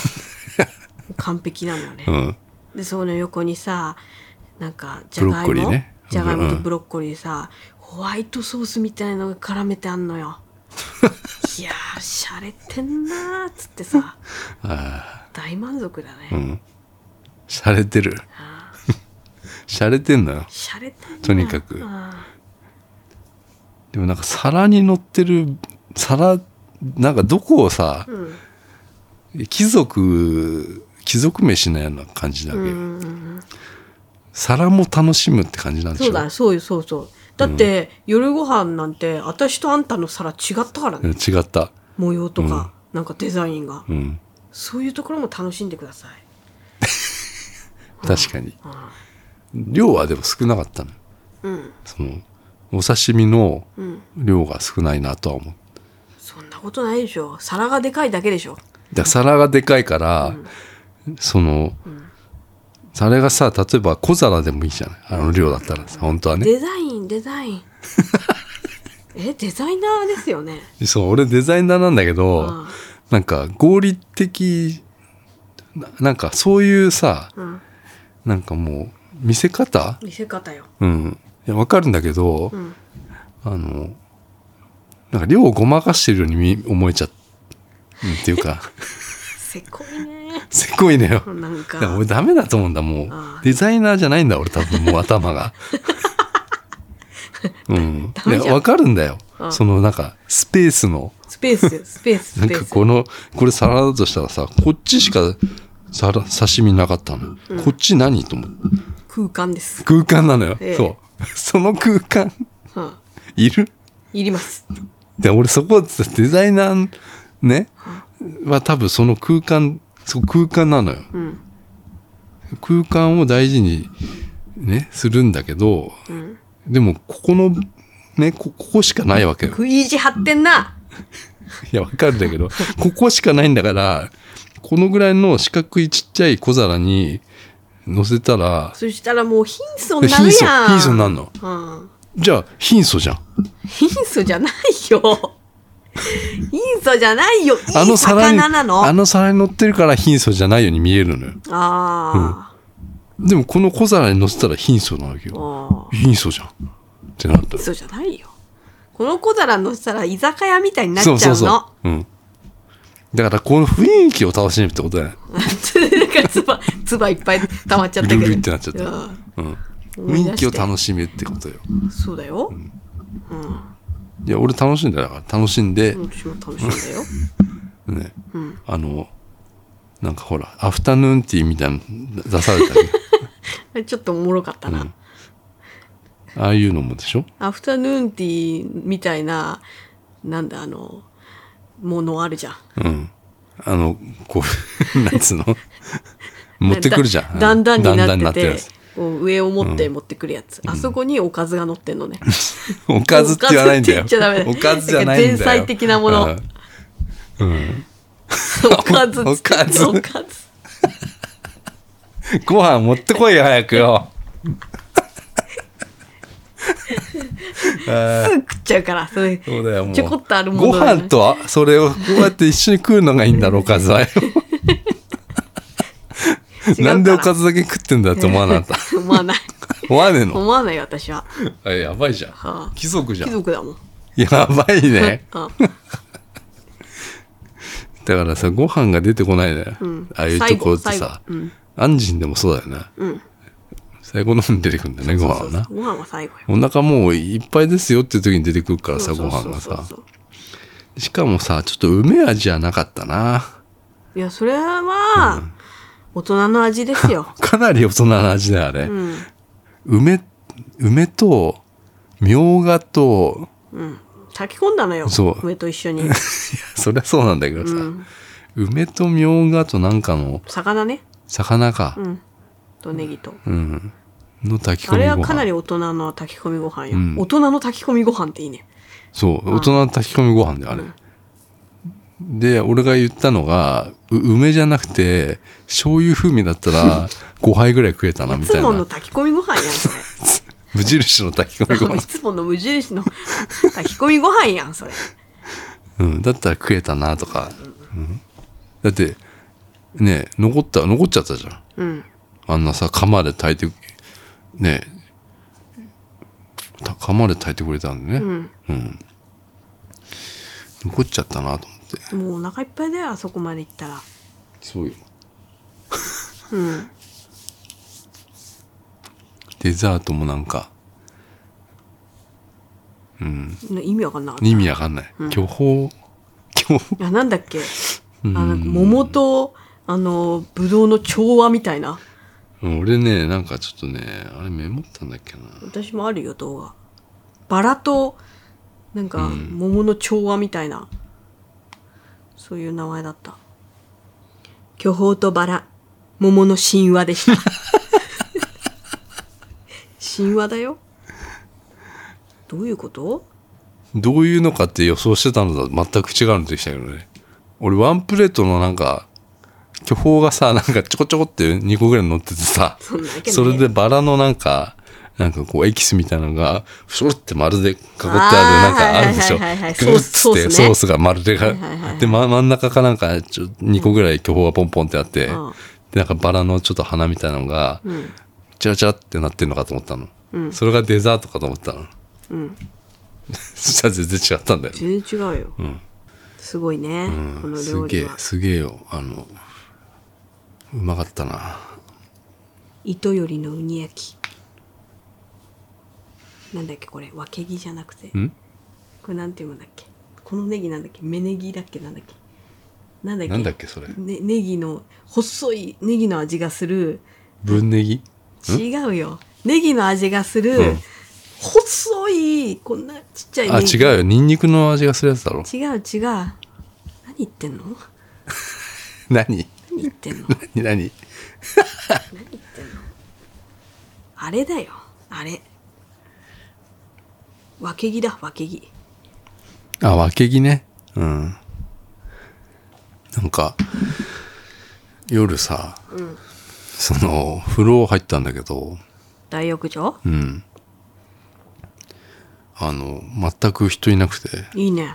う完璧なのよね、
うん。
でその横にさなんかじゃがい
ブロッコリ
も
ーね
じゃがいも
うん
と
うん
ブロッコリーさ、ホワイトソースみたいのが絡めてあん
(laughs)
のよいやーしゃれてんなーっつってさ大満足だね、
うん洒落てる
あー
洒落てんのよ
しゃれてんな
とにかく
あ
でもなんか皿に乗ってる皿なんかどこをさ、
ーうん
貴族貴族飯のような感じなわけよ、
うんうんうん
皿も楽しむって感じなんでし
そ
ょ
うだそうよそうそうだって、夜ご飯なんて私とあんたの皿違ったから
うん
ね
違った
模様とか、なんかデザインが、
うん
そういうところも楽しんでください
確かに
あ
量はでも少なかったのよ
ーうん
そのお刺身の
うん
量が少ないなとは思う
そんなことないでしょ皿がでかいだけでしょ
だから皿がでかいから、その、それがさ例えば小皿でもいいじゃないあの量だったらさ本当はね
デザインデ
(laughs)
ザインえデザイナーですよね
そう俺デザイナーなんだけど、
あ
なんか合理的ななんかそういうさ
あ、うん、
なんかもう見せ方
見せ方よ
うんいやわかるんだけど、
ん
あのなんか量をごまかしてるように見思えちゃっうんっていう
(laughs)
か
せこいね
せっこいねよ
なん
だ
か
から俺ダメだと思うんだもう
あー
デザイナーじゃないんだ俺多分もう頭が
(laughs)
うん
ダメじゃん
いやわかるんだよ
うん
そのなんかスペースの
スペーススペース
な
ス
ん
ペー
か
ス
このこれ皿だとしたらさこっちしかさら刺身なかったの、こっち何と思って
空間です、
空間なのよ、
ええ
そう (laughs) その空間
うん、
いる
いります
で俺そこデザイナーねは多分その空間そう空間なのよ
うん
空間を大事にねするんだけど
うん
でもここのねこここしかないわけ
(laughs)
よ
食い意地張ってんない
やわかるんだけどここしかないんだからこのぐらいの四角いちっちゃい小皿に乗せたら
そしたらもう貧相
貧
になる
相
やん
貧相になるの
うん
じゃあ貧相じゃん
貧相じゃないよ貧相じゃないよい
あ
い
の皿に
魚なの
あの皿に乗ってるから貧相じゃないように見えるのよ
あ
でもこの小皿に乗せたら貧相なわけ
ー、
よ
あー
貧相じゃんってなった
そうじゃないよ。この小皿のしたら居酒屋みたいになっちゃう
そう
の。
そうそう、うん、だからこの雰囲気を楽しむってことだよね
(laughs) なんかつば、つばいっぱい溜まっちゃった
ぐ
けど。
るぐるってなっちゃった
うん
うん
思
雰
い
囲
出
気
し
を
て
楽しめってことよ
そうだよ。
いや俺楽しんだよだから楽しんで、
私も楽しいんだよ。
ね、あのなんかほらアフタヌーンティーみたいなの出された
(laughs)
り、ね、
ちょっとおもろかったな。
うんああいうのもでしょ
アフタヌーンティーみたいな、なんだ、あの、ものあるじゃん。
うんあのこう (laughs) なんつうの持ってくるじゃん
だんだんになって
るや
て
つ。
こう上を持って持ってくるやつ、あそこにおかずが乗ってんのね、
おかずって言わないんだよ
おかずって言っちゃダメだよ
おかずじゃないんだよ
前菜的なもの
うん
おかずっつって
おかず
おかず
ご飯持ってこいよ早くよ
すぐ食っちゃうからそれ
そうだよもう
ちょこっとあるもの
ご
だよね
飯とあそれをこうやって一緒に食うのがいいんだろうお
(laughs)
かずはよ
違うから
なんでおかずだけ食ってんだって思わな
(laughs)
かった
思
(laughs)
わない
思わねえの
思わないよ私は
あやばいじゃん、
はあ
貴族じゃ
貴
ん
族だもん
やばいね
あ
だからさご飯が出てこないね、ああいうところってさ
最後最後うん
安心でもそうだよね、
うん
最後の方に出てくるんだよねご飯はな
ご飯は最後よ
お腹もういっぱいですよって時に出てくるからさ
そうそうそう
ご飯がさ
そう
しかもさちょっと梅味はなかったない
やそれは大人の味で
(laughs)
すよ
かなり大人の味だよあれ、
うん
梅梅とみょうがと (laughs)
うん炊き込んだのよ
そう
梅と一
(laughs)
緒に
そりゃそうなんだけどさ、
うん
梅とみょうがとなんかの
魚ね
魚か
う、んとネギと
うんの炊き込
あ
み
れ
ご飯
はかなり大人の炊き込みご飯よ
うん
大人の炊き込みご飯っていいね
そう大人の炊き込みご飯であれ、で俺が言ったのがう梅じゃなくて醤油風味だった
(laughs)
ら5杯ぐらい食えたないみ
つ
たい
もの
な
炊き込みご飯やんそれ
無印の炊き込みご
い
飯、
つもの無印の (laughs) 炊き込みご飯やんそれ
うん、だったら食えたなとか、うんだってね残った残っちゃったじゃん
うん
あんなさ、釜で炊いて、ねえ、た釜で炊いてくれたんでね、
うん
残っちゃったなと思って
もうお腹いっぱいだよあそこまで行ったら
そうよ
うん
デザートもなんか
意味わかんなかった
意味わかんない、巨峰巨峰
いや、なんだっけ。あの、桃と、あの、ぶどうの調和みたいな。
うん俺ねなんかちょっとねあれメモったんだっけな
私もあるよ、動画。バラと、なんか、桃の調和みたいな。そういう名前だった。巨峰とバラ、桃の神話で (laughs) した。神話だよ。どういうこと
どういうのかって予想してたのとは全く違うのでしたけどね俺ワンプレートのなんか巨峰がさなんかちょこちょこって2個ぐらい乗っててさ
そんなわけねえ
それでバラのなんかなんかこうエキスみたいなのがふょって丸で囲ってあるなん
あー
かあるでしょ
はいはいはいはい
グッつ
ソ
っ
ース
て
ソースね
ソースが丸でが
いはいはい
でま真ん中かなんかちょ2個ぐらい巨峰がポンポンってあって
ん
でなんかバラのちょっと花みたいなのがチラチラってなってんのかと思ったのそれがデザートかと思ったの (laughs) そしたら全然違ったんだよね
全然違うよ。すごいね、この
す
料
げ
理
え
は。
すげえよあのうまかったな
糸よりのウニ焼きなんだっけこれわけぎじゃなくて
ん
これなんていうんだっけこのネギなんだっけ芽ネギだっけなんだっけなんだっけ
なんだっけそれ
ね、ネギの細いネギの味がする
分ネギ
違うよネギの味がする、
うん
細いこんなちっちゃい
あ
ネギ
違うよニンニクの味がするやつだろ (laughs)
違う違う何言ってんの
何
何言って
(laughs)
んの
何何
あれだよあれわけぎだわけぎ
あわけぎねうんなんか夜さ、その風呂入ったんだけど
大浴場
うんあの全く人いなくて
いいね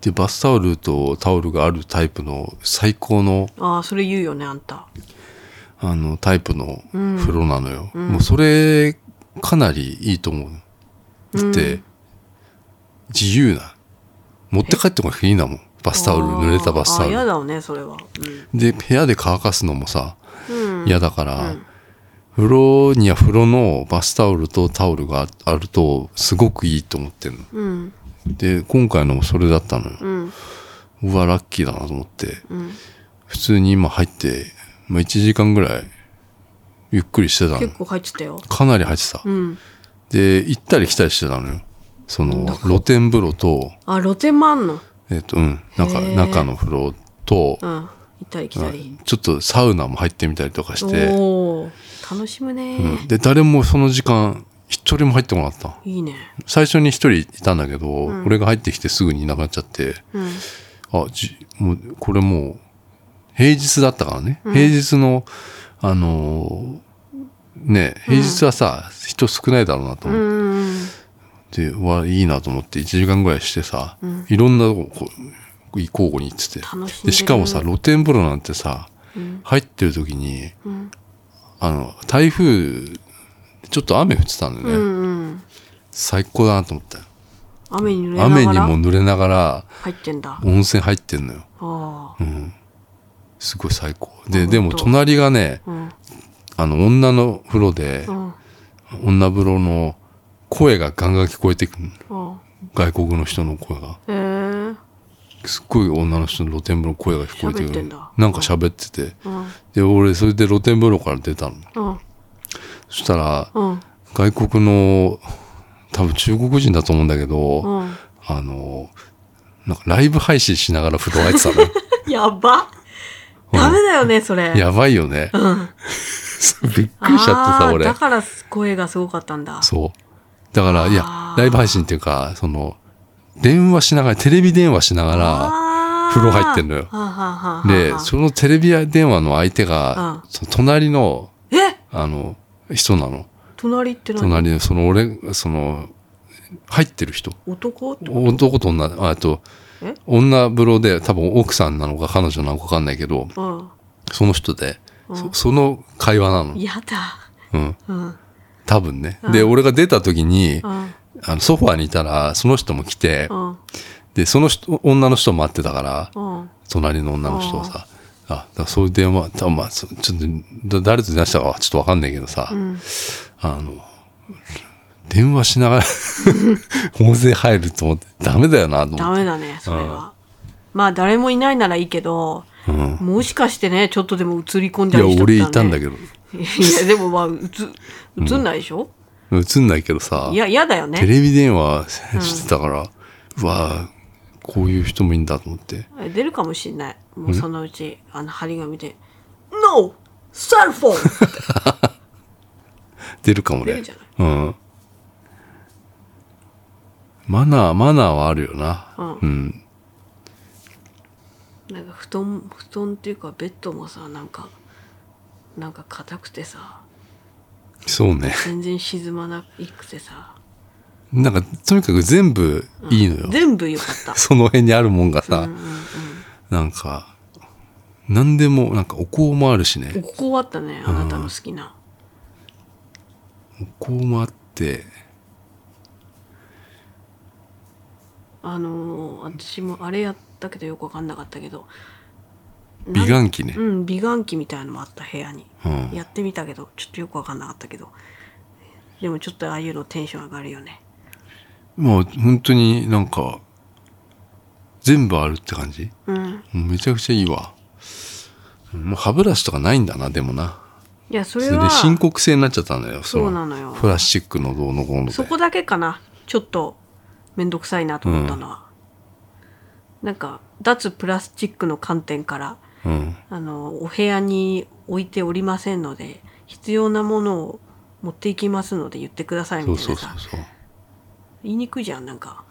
でバスタオルとタオルがあるタイプの最高の
ああそれ言うよねあんた
あのタイプの風呂なのよ、もうそれかなりいいと思うだって、自由な持って帰ってこなくていいなもんバスタオル濡れたバスタ
あー嫌
オル
だねそれは、
で部屋で乾かすのもさ
うん
嫌だから、風呂には風呂のバスタオルとタオルがあるとすごくいいと思ってるの
うん
で今回のもそれだったのよ、
うん
うわラッキーだなと思って
うん
普通に今入って、まあ、1時間ぐらいゆっくりしてたの
結構入ってたよ
かなり入ってた、
うん
で、行ったり来たりしてたのよ。その、露天風呂と、
あ露天もあんの
えっ、と、うん、なんか
へー
中の風呂と
う、ん行ったり来たり、
ちょっとサウナも入ってみたりとかして、
おお楽しむね、
うんで、誰もその時間、一人も入ってもらった。
いいね
最初に一人いたんだけど、俺が入ってきてすぐにいなくなっちゃって、
うん
あ、じ、もう、これもう、平日だったからね。平日の、あのーね、平日はさ、人少ないだろうなと思って
うん
で、うわ、いいなと思って1時間ぐらいしてさ、いろんなとここう交互に行ってて
楽しんでる
で。しかもさ、露天風呂なんてさ、入ってる時に、
ん
あの、台風、ちょっと雨降ってたんだよね。
うんうん
最高だなと思ったよ。
雨に濡れなが
雨
ら
にも濡れながら
入ってんだ、あ
温泉入ってんのよ。
あ
すごい最高。
ほ
で、
んと
でも隣がね、
うん
あの、女の風呂で
う、んうん
女風呂の声がガンガン聞こえてくる。外国の人の声が。
へえ
すっごい女の人の露天風呂の声が聞こえて
喋っ
く
て
る
んだ
なんか喋ってて
うん
で俺それで露天風呂から出たの
うん
そしたら
うん
外国の多分中国人だと思うんだけど
うん
あのなんかライブ配信しながら風呂入ってたのよ
(laughs) やばダメだよねそ (laughs) れ
やばいよね
うん
(laughs) びっくりしちゃって
あ
さ
ー
俺
だから声がすごかったんだ
そうだからいや
あー
ライブ配信っていうかその電話しながらテレビ電話しながら
あー
風呂入ってんのよ
はあはあはあはあ
でそのテレビ電話の相手が
うん
その隣の
え
あの人なの
隣って何
隣のその俺その入ってる人
男ってこと
男と女ああと
え
女風呂で多分奥さんなのか彼女なのか分かんないけど
うん
その人で、そその会話なの、
やだ
うん、
うん
多分ね。で、俺が出た時に、
あ
あのソファーにいたら、その人も来て、
あ
で、その人、女の人も待ってたから、
あ
隣の女の人をさ、あ、だからそういう電話、たまあ、そちょっと、だ誰と出したかはちょっとわかんないけどさ、あの、電話しなが
(laughs)
ら、大勢入ると思って、ダメだよな、と
ダ
思って。
メだねそれはまあ誰もいないならいいけど
うん。
もしかしてねちょっとでも映り込ん
い
だ
や、
りし
俺いたんだ
ど
けど、
いやでもまあ映映んないでしょ、
映んないけどさ、
いや嫌だよ
テ
ね
レビ電話してたから、うわぁこういう人もいいんだと思って。
出るかもしんないもうそのうちあの張り紙で「NO! サルフォン!」
出るかもね。
出るじゃ
うん。マナー、マナーはあるよな。
うん
うん。
なんか布団布団っていうかベッドもさなんかなんか硬くてさ
そうね。
全然沈まないくてさ
なんか、とにかく全部いいのよ。
全部良か
(laughs)
った
その辺にあるもんがさ、なんか、なんでも、なんかお香もあるしね。
ここあったねあなたの好きな
お香もあって、
あのー私もあれやったけどよく分かんなかったけど
美顔器ね
う。ん美顔器みたいなのもあった部屋に、
うん
やってみたけどちょっとよく分かんなかったけどでもちょっとああいうのテンション上がるよね
もう本当になんか、全部あるって感じ
うん
めちゃくちゃいいわ。もう歯ブラシとかないんだな、でもな。
いやそ
そ
れ
れ
は
で深刻性になっちゃったんだよ。の
そうなのよ
プラスチックのどうのこうので。
そこだけかなちょっとめんどくさいなと思ったのは、なんか脱プラスチックの観点から
うん。
あのお部屋に置いておりませんので必要なものを持っていきますので言ってください
そ
み
う
たい
そ
な
うそう
さ
そう。
言いにくいじゃんなんか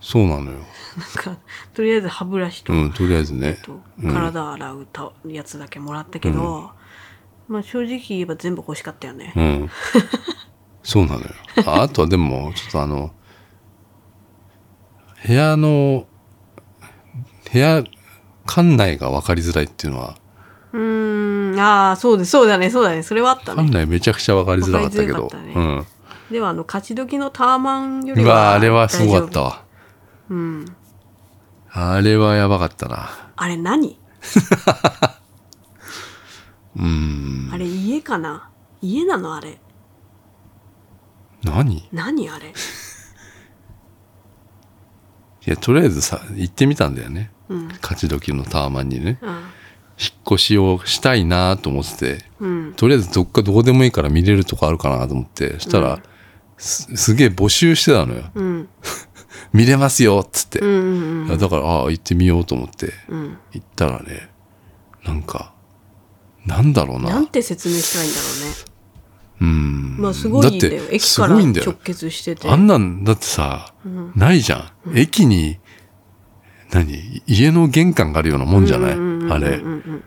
そうなのよ。
なんかとりあえず歯ブラシと,、
うん、とりあえずね。
と
うん
体洗うたやつだけもらったけど、まあ正直言えば全部欲しかったよね、
うん。そうなのよ。あ (laughs) あとはでも、ちょっとあの、部屋の、部屋、館内が分かりづらいっていうのは、
うーんああそうですそうだねそうだねそれはあった
館
ね
内めちゃくちゃ分かりづらかったけど
分、かりづら
う
か
ん。
ではあの勝ち時のタワマンより
う
は
わあれはすごかっ
大丈
たわ。
夫うん
あれはやばかったな。
あれ何
(laughs) うん。
あれ家かな家なのあれ
何い
何あれ
や、とりあえずさ、行ってみたんだよね。
うん
勝ち時のタワマンにね。
うん
引っ越しをしたいなと思ってて、
うん
とりあえずどっかどうでもいいから見れるとこあるかなと思って、したら、すすげえ募集してたのよ。
うん
見れますよっつって。
うんうん
だから、ああ、行ってみようと思って、
うん
行ったらね、なんか、なんだろう
なん
な。
て説明したらいいんだろうね
うん。
まあすごいんだよ
だって
駅から
すごいんだよ
直結してて
あんなん、だってさ、
ん
ないじゃん。駅に、何家の玄関があるようなもんじゃない、
うんうんうんうん
あれ
う。ん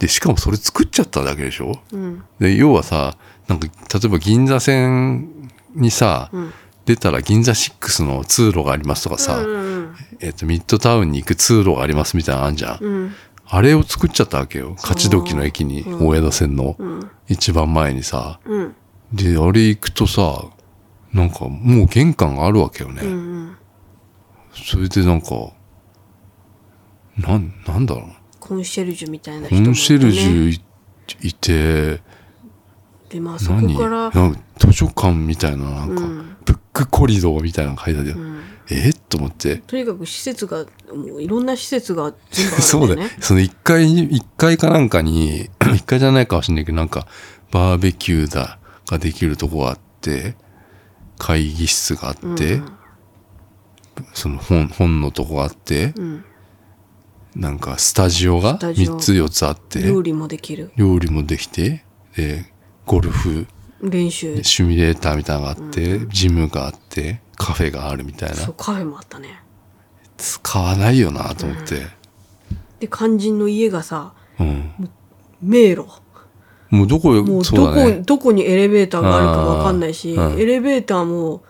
で、しかもそれ作っちゃっただけでしょ
うんうん
で、要はさ、なんか、例えば銀座線にさ、
ん
出たら銀座6の通路がありますとかさ、
うん
えっと、ミッドタウンに行く通路がありますみたいなのあんじゃん。
うん
あれを作っちゃったわけよ。勝どきの駅に、大江戸線の、一番前にさ。
うん
で、あれ行くとさ、なんかもう玄関があるわけよね。
うん
それでなんか、なん、なんだろうな。
コンシェルジュみたいな
コ
人もいてね
ンシェルジュいいて、
でまあそ
何 (laughs)
こから
なんか図書館みたいな、なんか、
うん
ブックコリドーみたいなの書いてあるよ。
ん
えっと思って。
とにかく施設がもういろんな施設が全部あるんだ
(laughs) そう
よね
だよ。その一階に、一階かなんかに、 (clears throat) 一階じゃないかもしれないけど、なんか、バーベキューだ、ができるとこがあって、会議室があって、その本、本のとこがあって、
ん
なんか、スタジオが
スタジオ
3つ4つあって、
料理もできる
料理もできて、で、ゴルフ、
練習
シミュレーターみたいなのがあって、ジムがあって、カフェがあるみたいな。
そうカフェもあったね
使わないよなと思って。
で肝心の家がさ
うん。
迷路
もうどこ
もう
そう
どこ
だね。
どこにエレベーターがあるかわかんないし、
あーうん
エレベーターも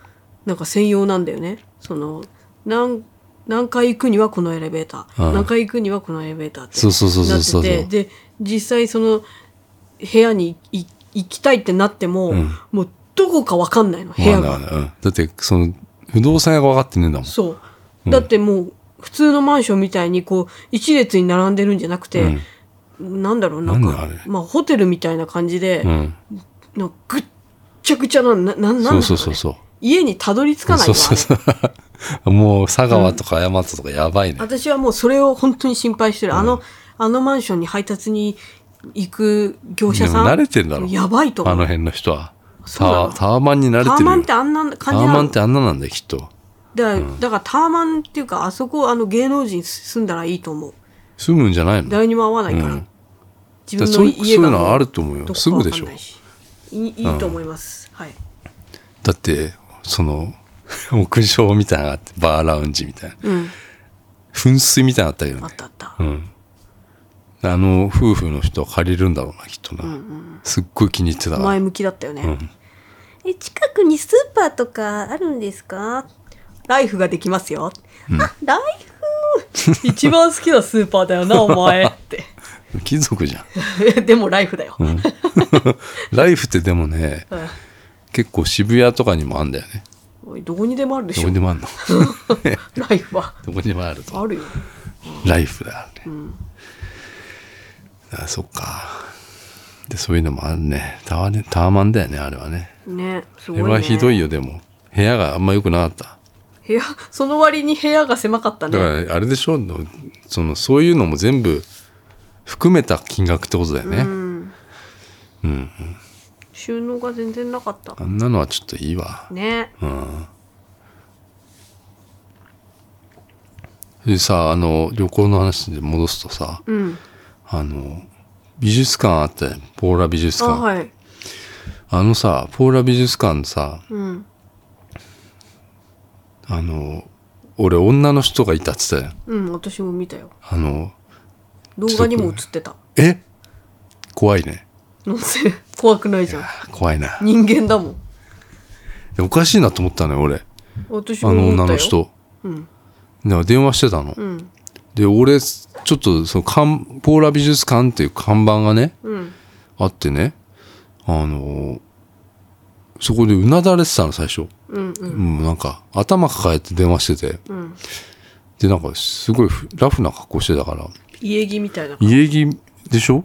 なんか専用なんだよねその何何階行くにはこのエレベーター、
うん
何階行くにはこのエレベーターって
そうそうそうそうそう
なっててで実際その部屋にい行きたいってなっても、
ん
もうどこかわかんないの、部
わか
屋
んないわ
が。
かんないうんだって、その、不動産屋が分かってねえんだもん。
そう。だってもう、普通のマンションみたいに、こう、一列に並んでるんじゃなくて、なんだろう、なん
な
か
んだあれ、
まあ、ホテルみたいな感じで、
うん。
なんかぐっちゃぐちゃな、な、なんなんだろ
そううそ
ね
うそうそう。
家にたどり着かな
そ
いの
うそうそう。もう、佐川とか大和とかやばいね
あ。れ私はもうそれを本当に心配してる。あの、あのマンションに配達に行く業者さん。
でも慣れてんだろ
やばいと思
あ
う。
の辺の人は。タ
そうなの
ワータワマンに慣れてる
タ
よ。
ワマンってあんな感じ
タ
なの
ワマンってあんななんだよ、きっと。
だだからタワマンっていうかあそこあの芸能人住んだらいいと思う
住むんじゃないの
誰にも会わないから、
うん
自
だから
分
そ
の
う
家
そういう
が
のはあると思うよ
どこか
すぐでしょ
わかんないいいいいと思います、はい
だって、その、 (laughs) 屋上みたいなのがあって、バーラウンジみたいな。
うん
噴水みたいなのあったけど
あっ
ね。
たあった、
うん。あの、夫婦の人は借りるんだろうな、きっとな。すっごい気に入ってたから
前向きだったよね、
ん
え近くにスーパーとかあるんですかライフができますよ、あライフ一番好きなスーパー
(laughs)
だよなお前って
貴族じゃん。
(laughs) でもライフだよ、
(laughs) ライフってでもね、
うん
結構渋谷とかにもあんだよね。
おいどこにでもあるで
ど
し
こ
ょ
にでもあるの。
ライフは
(laughs) どこにでもあると。
あるよ
ライフだよね。あ、そっか。で、そういうのもあるね。タワーね、タワマンだよね、あれはね。
ねす
こ
ごい
れ
ね
はひどいよ、でも。部屋があんま良くなかった。
部屋、その割に部屋が狭かった
だ
ね。
から、あれでしょその、そういうのも全部含めた金額ってことだよね。
収納が全然なかった。
あんなのはちょっといいわ。
ね。
でさ、あの、旅行の話で戻すとさ、
うん。
あの、美術館あったよ。ポーラ美術
あ、
館。あ,、
はい。
のさ、ポーラ美術館さ、
うん。
あの、俺女の人がいたって言ったよ。
うん、私も見たよ。
あの、
動画にも映ってた。
え怖いね。
なんせ、怖くないじゃん。
あ怖いな。
人間だもん。
でおかしいなと思ったのよ、俺。
私も
あの
思
女
っ
の
たよ。
人。
うん。
だから電話してたの。
うん。
で、俺、ちょっと、その、看ポーラ美術館っていう看板がね、
うん。
あってね、あの、そこでうなだれてたの、最初。
うん。うん。
もうなんか、頭抱えて電話してて。
ん
で、なんか、すごいふラフな格好してたから、
家着みたいな。
家着でしょ、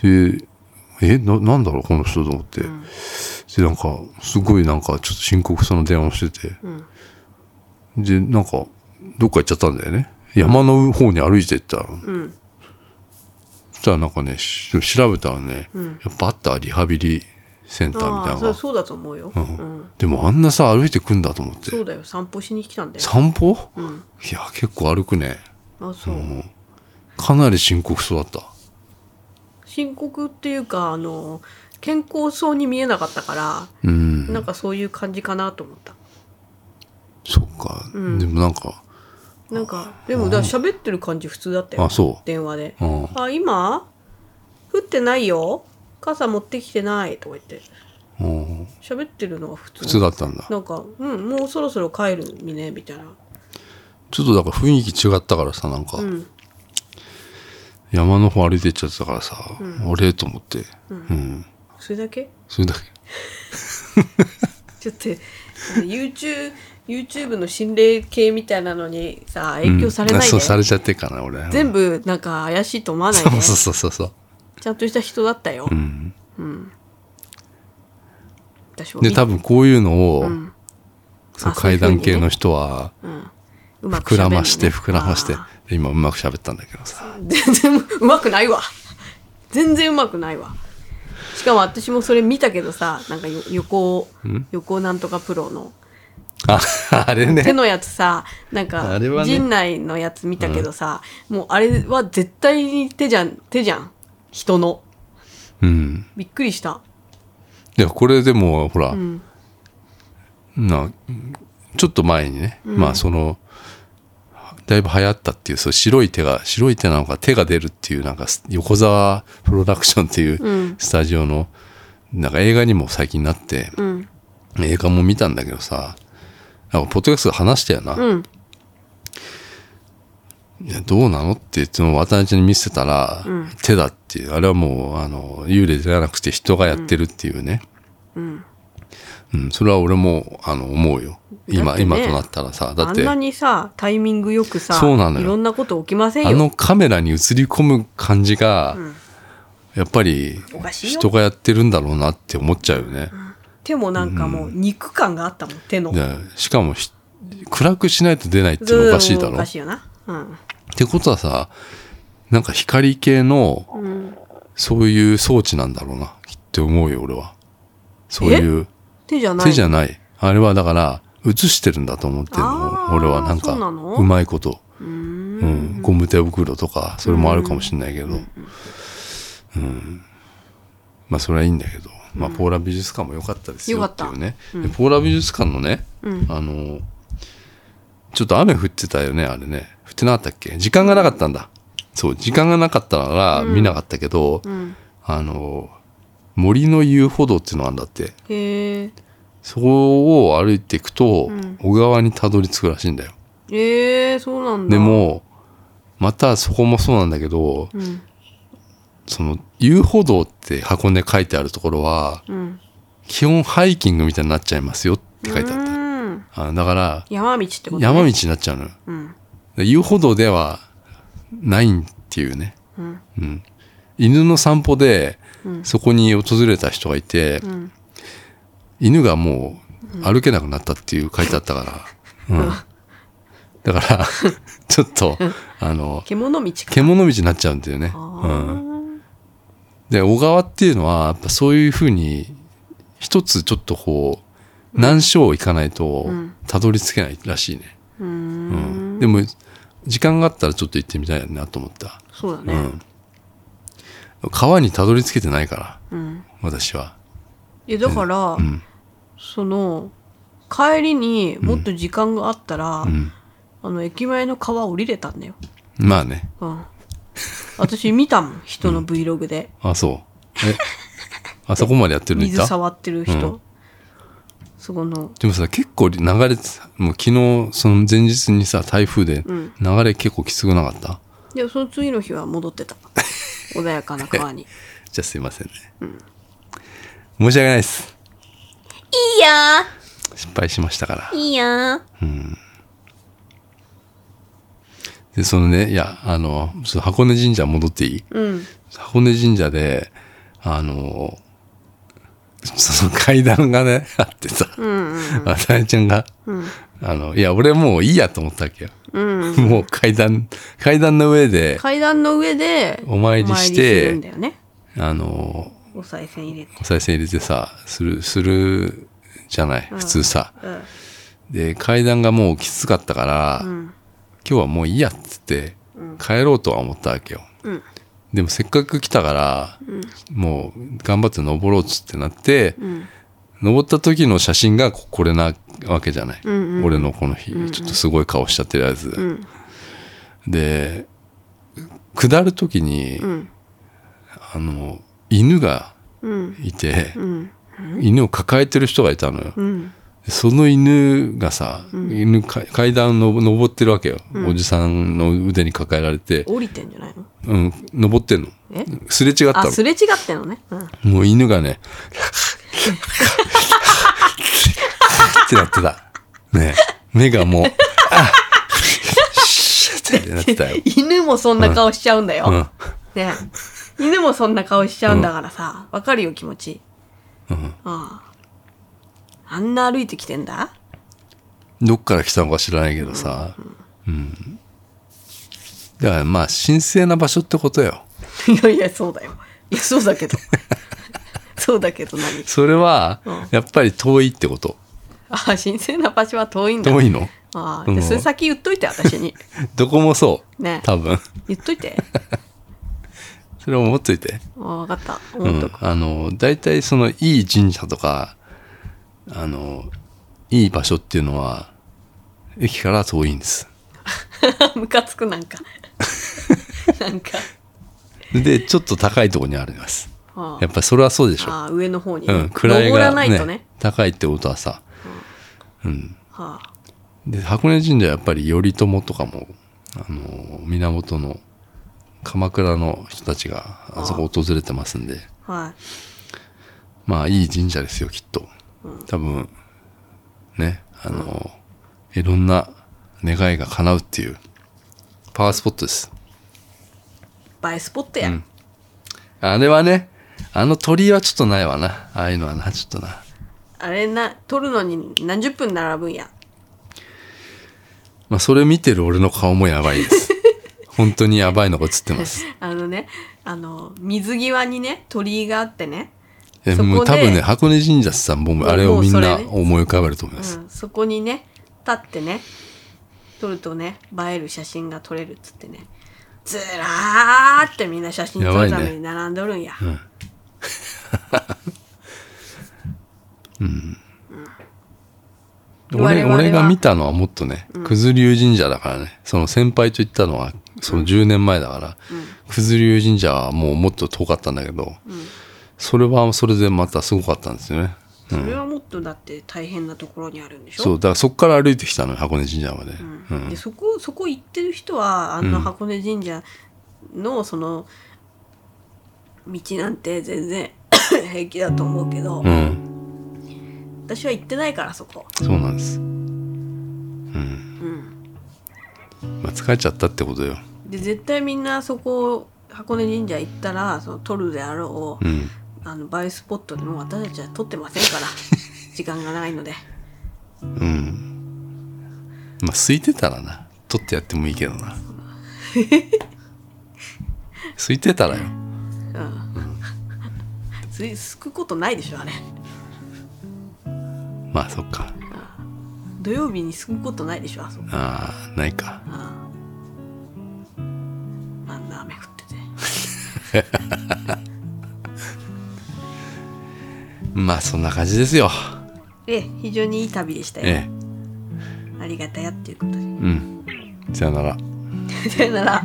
で、え、な、なんだろう、この人と思って。で、なんか、すごいなんか、ちょっと深刻そうな電話をしてて。で、なんか、どっか行っちゃったんだよね。山の方に歩いてったら。
ん
そしたらなんかね、し調べたらね、やっぱあった、リハビリセンターみたい
あ
なの
あ、そ
が
うそうだと思うよ。うん。
でもあんなさ、歩いてくんだと思って。
そうだよ。散歩しに来たんだよ。
散歩、い
ん
や、結構歩くね。
あ、そう。
かなり深刻そうだった。
深刻っていうか、あの、健康そうに見えなかったから、
うん。
なんかそういう感じかなと思った。
そっか、でもなんか、
なんか、でも、だから喋ってる感じ普通だったよ。
あそう
電話で。
うん。
あ、今降ってないよ。傘持ってきてないとか言って。
うん
喋ってるのが普通。
普通だったんだ。
なんか、うん、もうそろそろ帰るみね、みたいな。
ちょっとだから雰囲気違ったからさ、なんか、
ん
山の方歩いてっちゃってたからさ、あれと思って、うん。
それだけ
それだけ。
ちょっと、あの YouTube、YouTube の心霊系みたいなのにさ、影響されない
うん
で。
そう、されちゃってっかな、俺。
全部、なんか怪しいと思わないで。
(laughs) そうそうそうそう。
ちゃんとした人だったよ。うん。私も
で、
見
多分こういうのを、そう
あそうい
階
うふうにね
段系の人は、
うまく
膨
喋る
ら
のね
まして、膨らまして
あー、
で今うまく喋ったんだけどさ。
全然うまくないわ全然うまくないわしかも私もそれ見たけどさなんかよ横横なんとかプロの
あ、 (laughs) あれ
手
ね。
のやつさなん
あ
か
れはね
陣内のやつ見たけどさ、もうあれは絶対に手じゃん手じゃん人の
うん。
びっくりした
いや、これでも、ほら、
ん
な、ちょっと前にね、まあその、だいぶ流行ったっていう、そう白い手が、白い手なのか手が出るっていう、なんかす横沢プロダクションっていうスタジオの、なんか映画にも最近なって、
ん
映画も見たんだけどさ、なんかポッドキャストで話したよな。
うん
いや、どうなのっていつも渡辺ちゃんに見せたら、手だっていう。あれはもう、あの、幽霊じゃなくて人がやってるっていうね。うん。うん、それは俺も、あの、思うよ。今、
だって
今
ね
となったらさ、だ
あ
っ
ん
て、
な
あ
にさタイミングよくさ
そうなのよ
いろんなこと起きませんよ
のカメラに映り込む感じが、やっぱり
おか、しいよ
人がやってるんだろうなって思っちゃうよね。
手もなんかもう肉感があったもん手の
でしかもひ、暗くしないと出ないっていうの
ず
おかしいだ
お
ろ。
かしいよなうん
ってことはさ、なんか光系の、そういう装置なんだろうな、って思うよ、俺は。そういう、
手じゃない
手じゃない。あれはだから、映してるんだと思ってる
あ
の。
ー
俺はなん
そ
か、
うなの
うまいこと。
うーん
うん。ゴム手袋とか、それもあるかもしれないけど。うん。まあ、それはいいんだけど。まあ、ポーラ美術館も良かったですよ
良か
っ
ってた
いうね。でポーラ美術館のね、あの、ちょっと雨降ってたよね、あれね。降ってなかったっけ時間がなかったんだ。そう、時間がなかったから見なかったけど、あの、森の遊歩道っていうのがあるんだって。
へえ
そこを歩いていくと、小川にたどり着くらしいんだよ。
ええそうなんだ
でも、またそこもそうなんだけど、
うん
その、遊歩道って箱根書いてあるところは、
うん
基本ハイキングみたいになっちゃいますよって書いてあ
う
っ
ーん
た。あだから、
山道ってこと、ね、
山道になっちゃうのよ。
うん
で遊歩道ではないっていうね。
うん
うん犬の散歩で、そこに訪れた人がいて、
ん
犬がもう歩けなくなったっていう書いてあったから。うんだから、ちょっ
(laughs)
と、あの、
獣道か
獣道になっちゃうんだよね。う
あ
ん、で、小川っていうのは、やっぱそういうふうに、一つちょっとこう、難所行かないと、たどり着けないらしいね。
ーうーん
うん、でも、時間があったらちょっと行ってみたいなと思った。
そうだ
う
ね
ん。川にたどり着けてないから、
うん、
私は。
えだから、
うん。
その帰りにもっと時間があったら、
うん。
あの駅前の川降りれたんだよ、
まあね。
うん、私見たもん人の Vlog で、
あ、そう。え (laughs) あそこまでやってるのい
水
た
触ってる人、
う
そこの
でもさ、結構流れてた、もう昨日、その前日にさ、台風で、
ん
流れ結構きつくなかった、
でその次の日は戻って
(laughs)
た穏やかな川に
じゃあすいませんね。申し訳ないです。
いいや
失敗しましたから
ー。いいやー
で、そのね、いや、あの、ちょっと箱根神社戻っていい
うん
箱根神社で、あの、その階段がね、 (laughs) あってさ、渡辺ちゃんが、あの、いや、俺もういいやと思ったわけよ。もう階段、階段の上で、
階段の上で
お参りして
お参りするんだよね
あの、
お賽銭入れて、
お賽銭入れてさ、する、するじゃない、普通さ。
うん
で、階段がもうきつかったから、今日はもういいやっつって、帰ろうとは思ったわけよ。
うん
でもせっかく来たから、もう頑張って登ろうっつってなって、
ん
登った時の写真がここれなわけじゃない、
んう
俺のこの日、ちょっとすごい顔しちゃってるやつ、
ん
で下る時に、
ん
あの犬が
うん
いて、
うん
犬を抱えてる人がいたのよ、
うん
その犬がさ、犬か階段の登ってるわけよ、おじさんの腕に抱えられて、
降りてんじゃないの
うん、登ってんの
え
すれ違った
あ
の
すれ違ってんのね、うん、
もう犬がね、 (laughs) ってなってた。ね目がもう、あシュッってなってたよ。
犬もそんな顔しちゃうんだよ、
うん。
ねえ犬もそんな顔しちゃうんだからさ、わかるよ気持ち。
うん
あああんな歩いてきてんだ (laughs)
どっから来たのか知らないけどさ。うん。だからまあ、神聖な場所ってことよ。
いやいや、そうだよ。いや、そうだけど。 (laughs) そうだけど何 (laughs)
それは
うん、
やっぱり遠いってこと。
ああ、神聖な場所は遠いんだ。
遠いの
ああ、
う
で
ん
それ先言っといて、私に。
どこもそう。
ね
多分。
言っと
(laughs)
いて。
それを持っといて。
ああ、わかった。
う
思っと
ん
く。、
あの大体そのいい神社とかあのいい場所っていうのは駅から遠いんです
(laughs) ムカつく、なんか。 (laughs) なんか。
でちょっと高いところにあります
あ
やっぱりそれはそうでしょ、
ああ、上の方に、
う
ね
ん、位
登ら
が、
ないとね。
高いってことはさ
はあ、
で箱根神社はやっぱり頼朝とかもあの源の鎌倉の人たちがあそこ訪れてますんで
は
まあいい神社ですよきっと多分ねあの、いろんな願いが叶うっていうパワースポットです
い。映えスポットや。
あれはねあの鳥居はちょっとないわなああいうのはなちょっとな
あれな、撮るのに何十分並ぶんや。
まあそれ見てる俺の顔もやばいです (laughs) 本当にやばいのが映ってます
(laughs) あのね、あの、水際にね、鳥居があってね、
え
そこで
もう多分ね箱根神社さんもあれをみんな思い浮かべると思います、
うん、そこにね、立ってね、撮るとね、映える写真が撮れるっつってね、ずらーってみんな写真撮るために並んどるんや。我
俺
々は
俺が見たのはもっとね、九頭龍神社だからねその先輩と行ったのはその10年前だから、九頭龍神社はもうもっと遠かったんだけど、それはそれでまたすごかったんですよね
それはもっとだって大変なところにあるんでしょ
そうだからそっから歩いてきたのよ箱根神社まで、うん
でそこそこ行ってる人はあの箱根神社のその道なんて全然 (coughs) 平気だと思うけど、
うん、
私は行ってないからそこ
そうなんですうん、まあ疲れちゃったってことよ
で絶対みんなそこ箱根神社行ったらその撮るであろう、
うん
あの映えスポットでもう私たちは撮ってません
(laughs)
から時間がないので
うん。まあ、空いてたらな。取ってやってもいいけど (laughs) な。空いてたらよ。
ついすくことないでしょあれ
まあ、そっか。
土曜日にすくことないでしょあそこ
ああ、ないか。
あんな雨降ってて
まあ、そんな感じですよ。
ええ非常にいい旅でしたよ、
ええ。
ありがたやっていうことで
う
(laughs)
ん。さよなら。
さよなら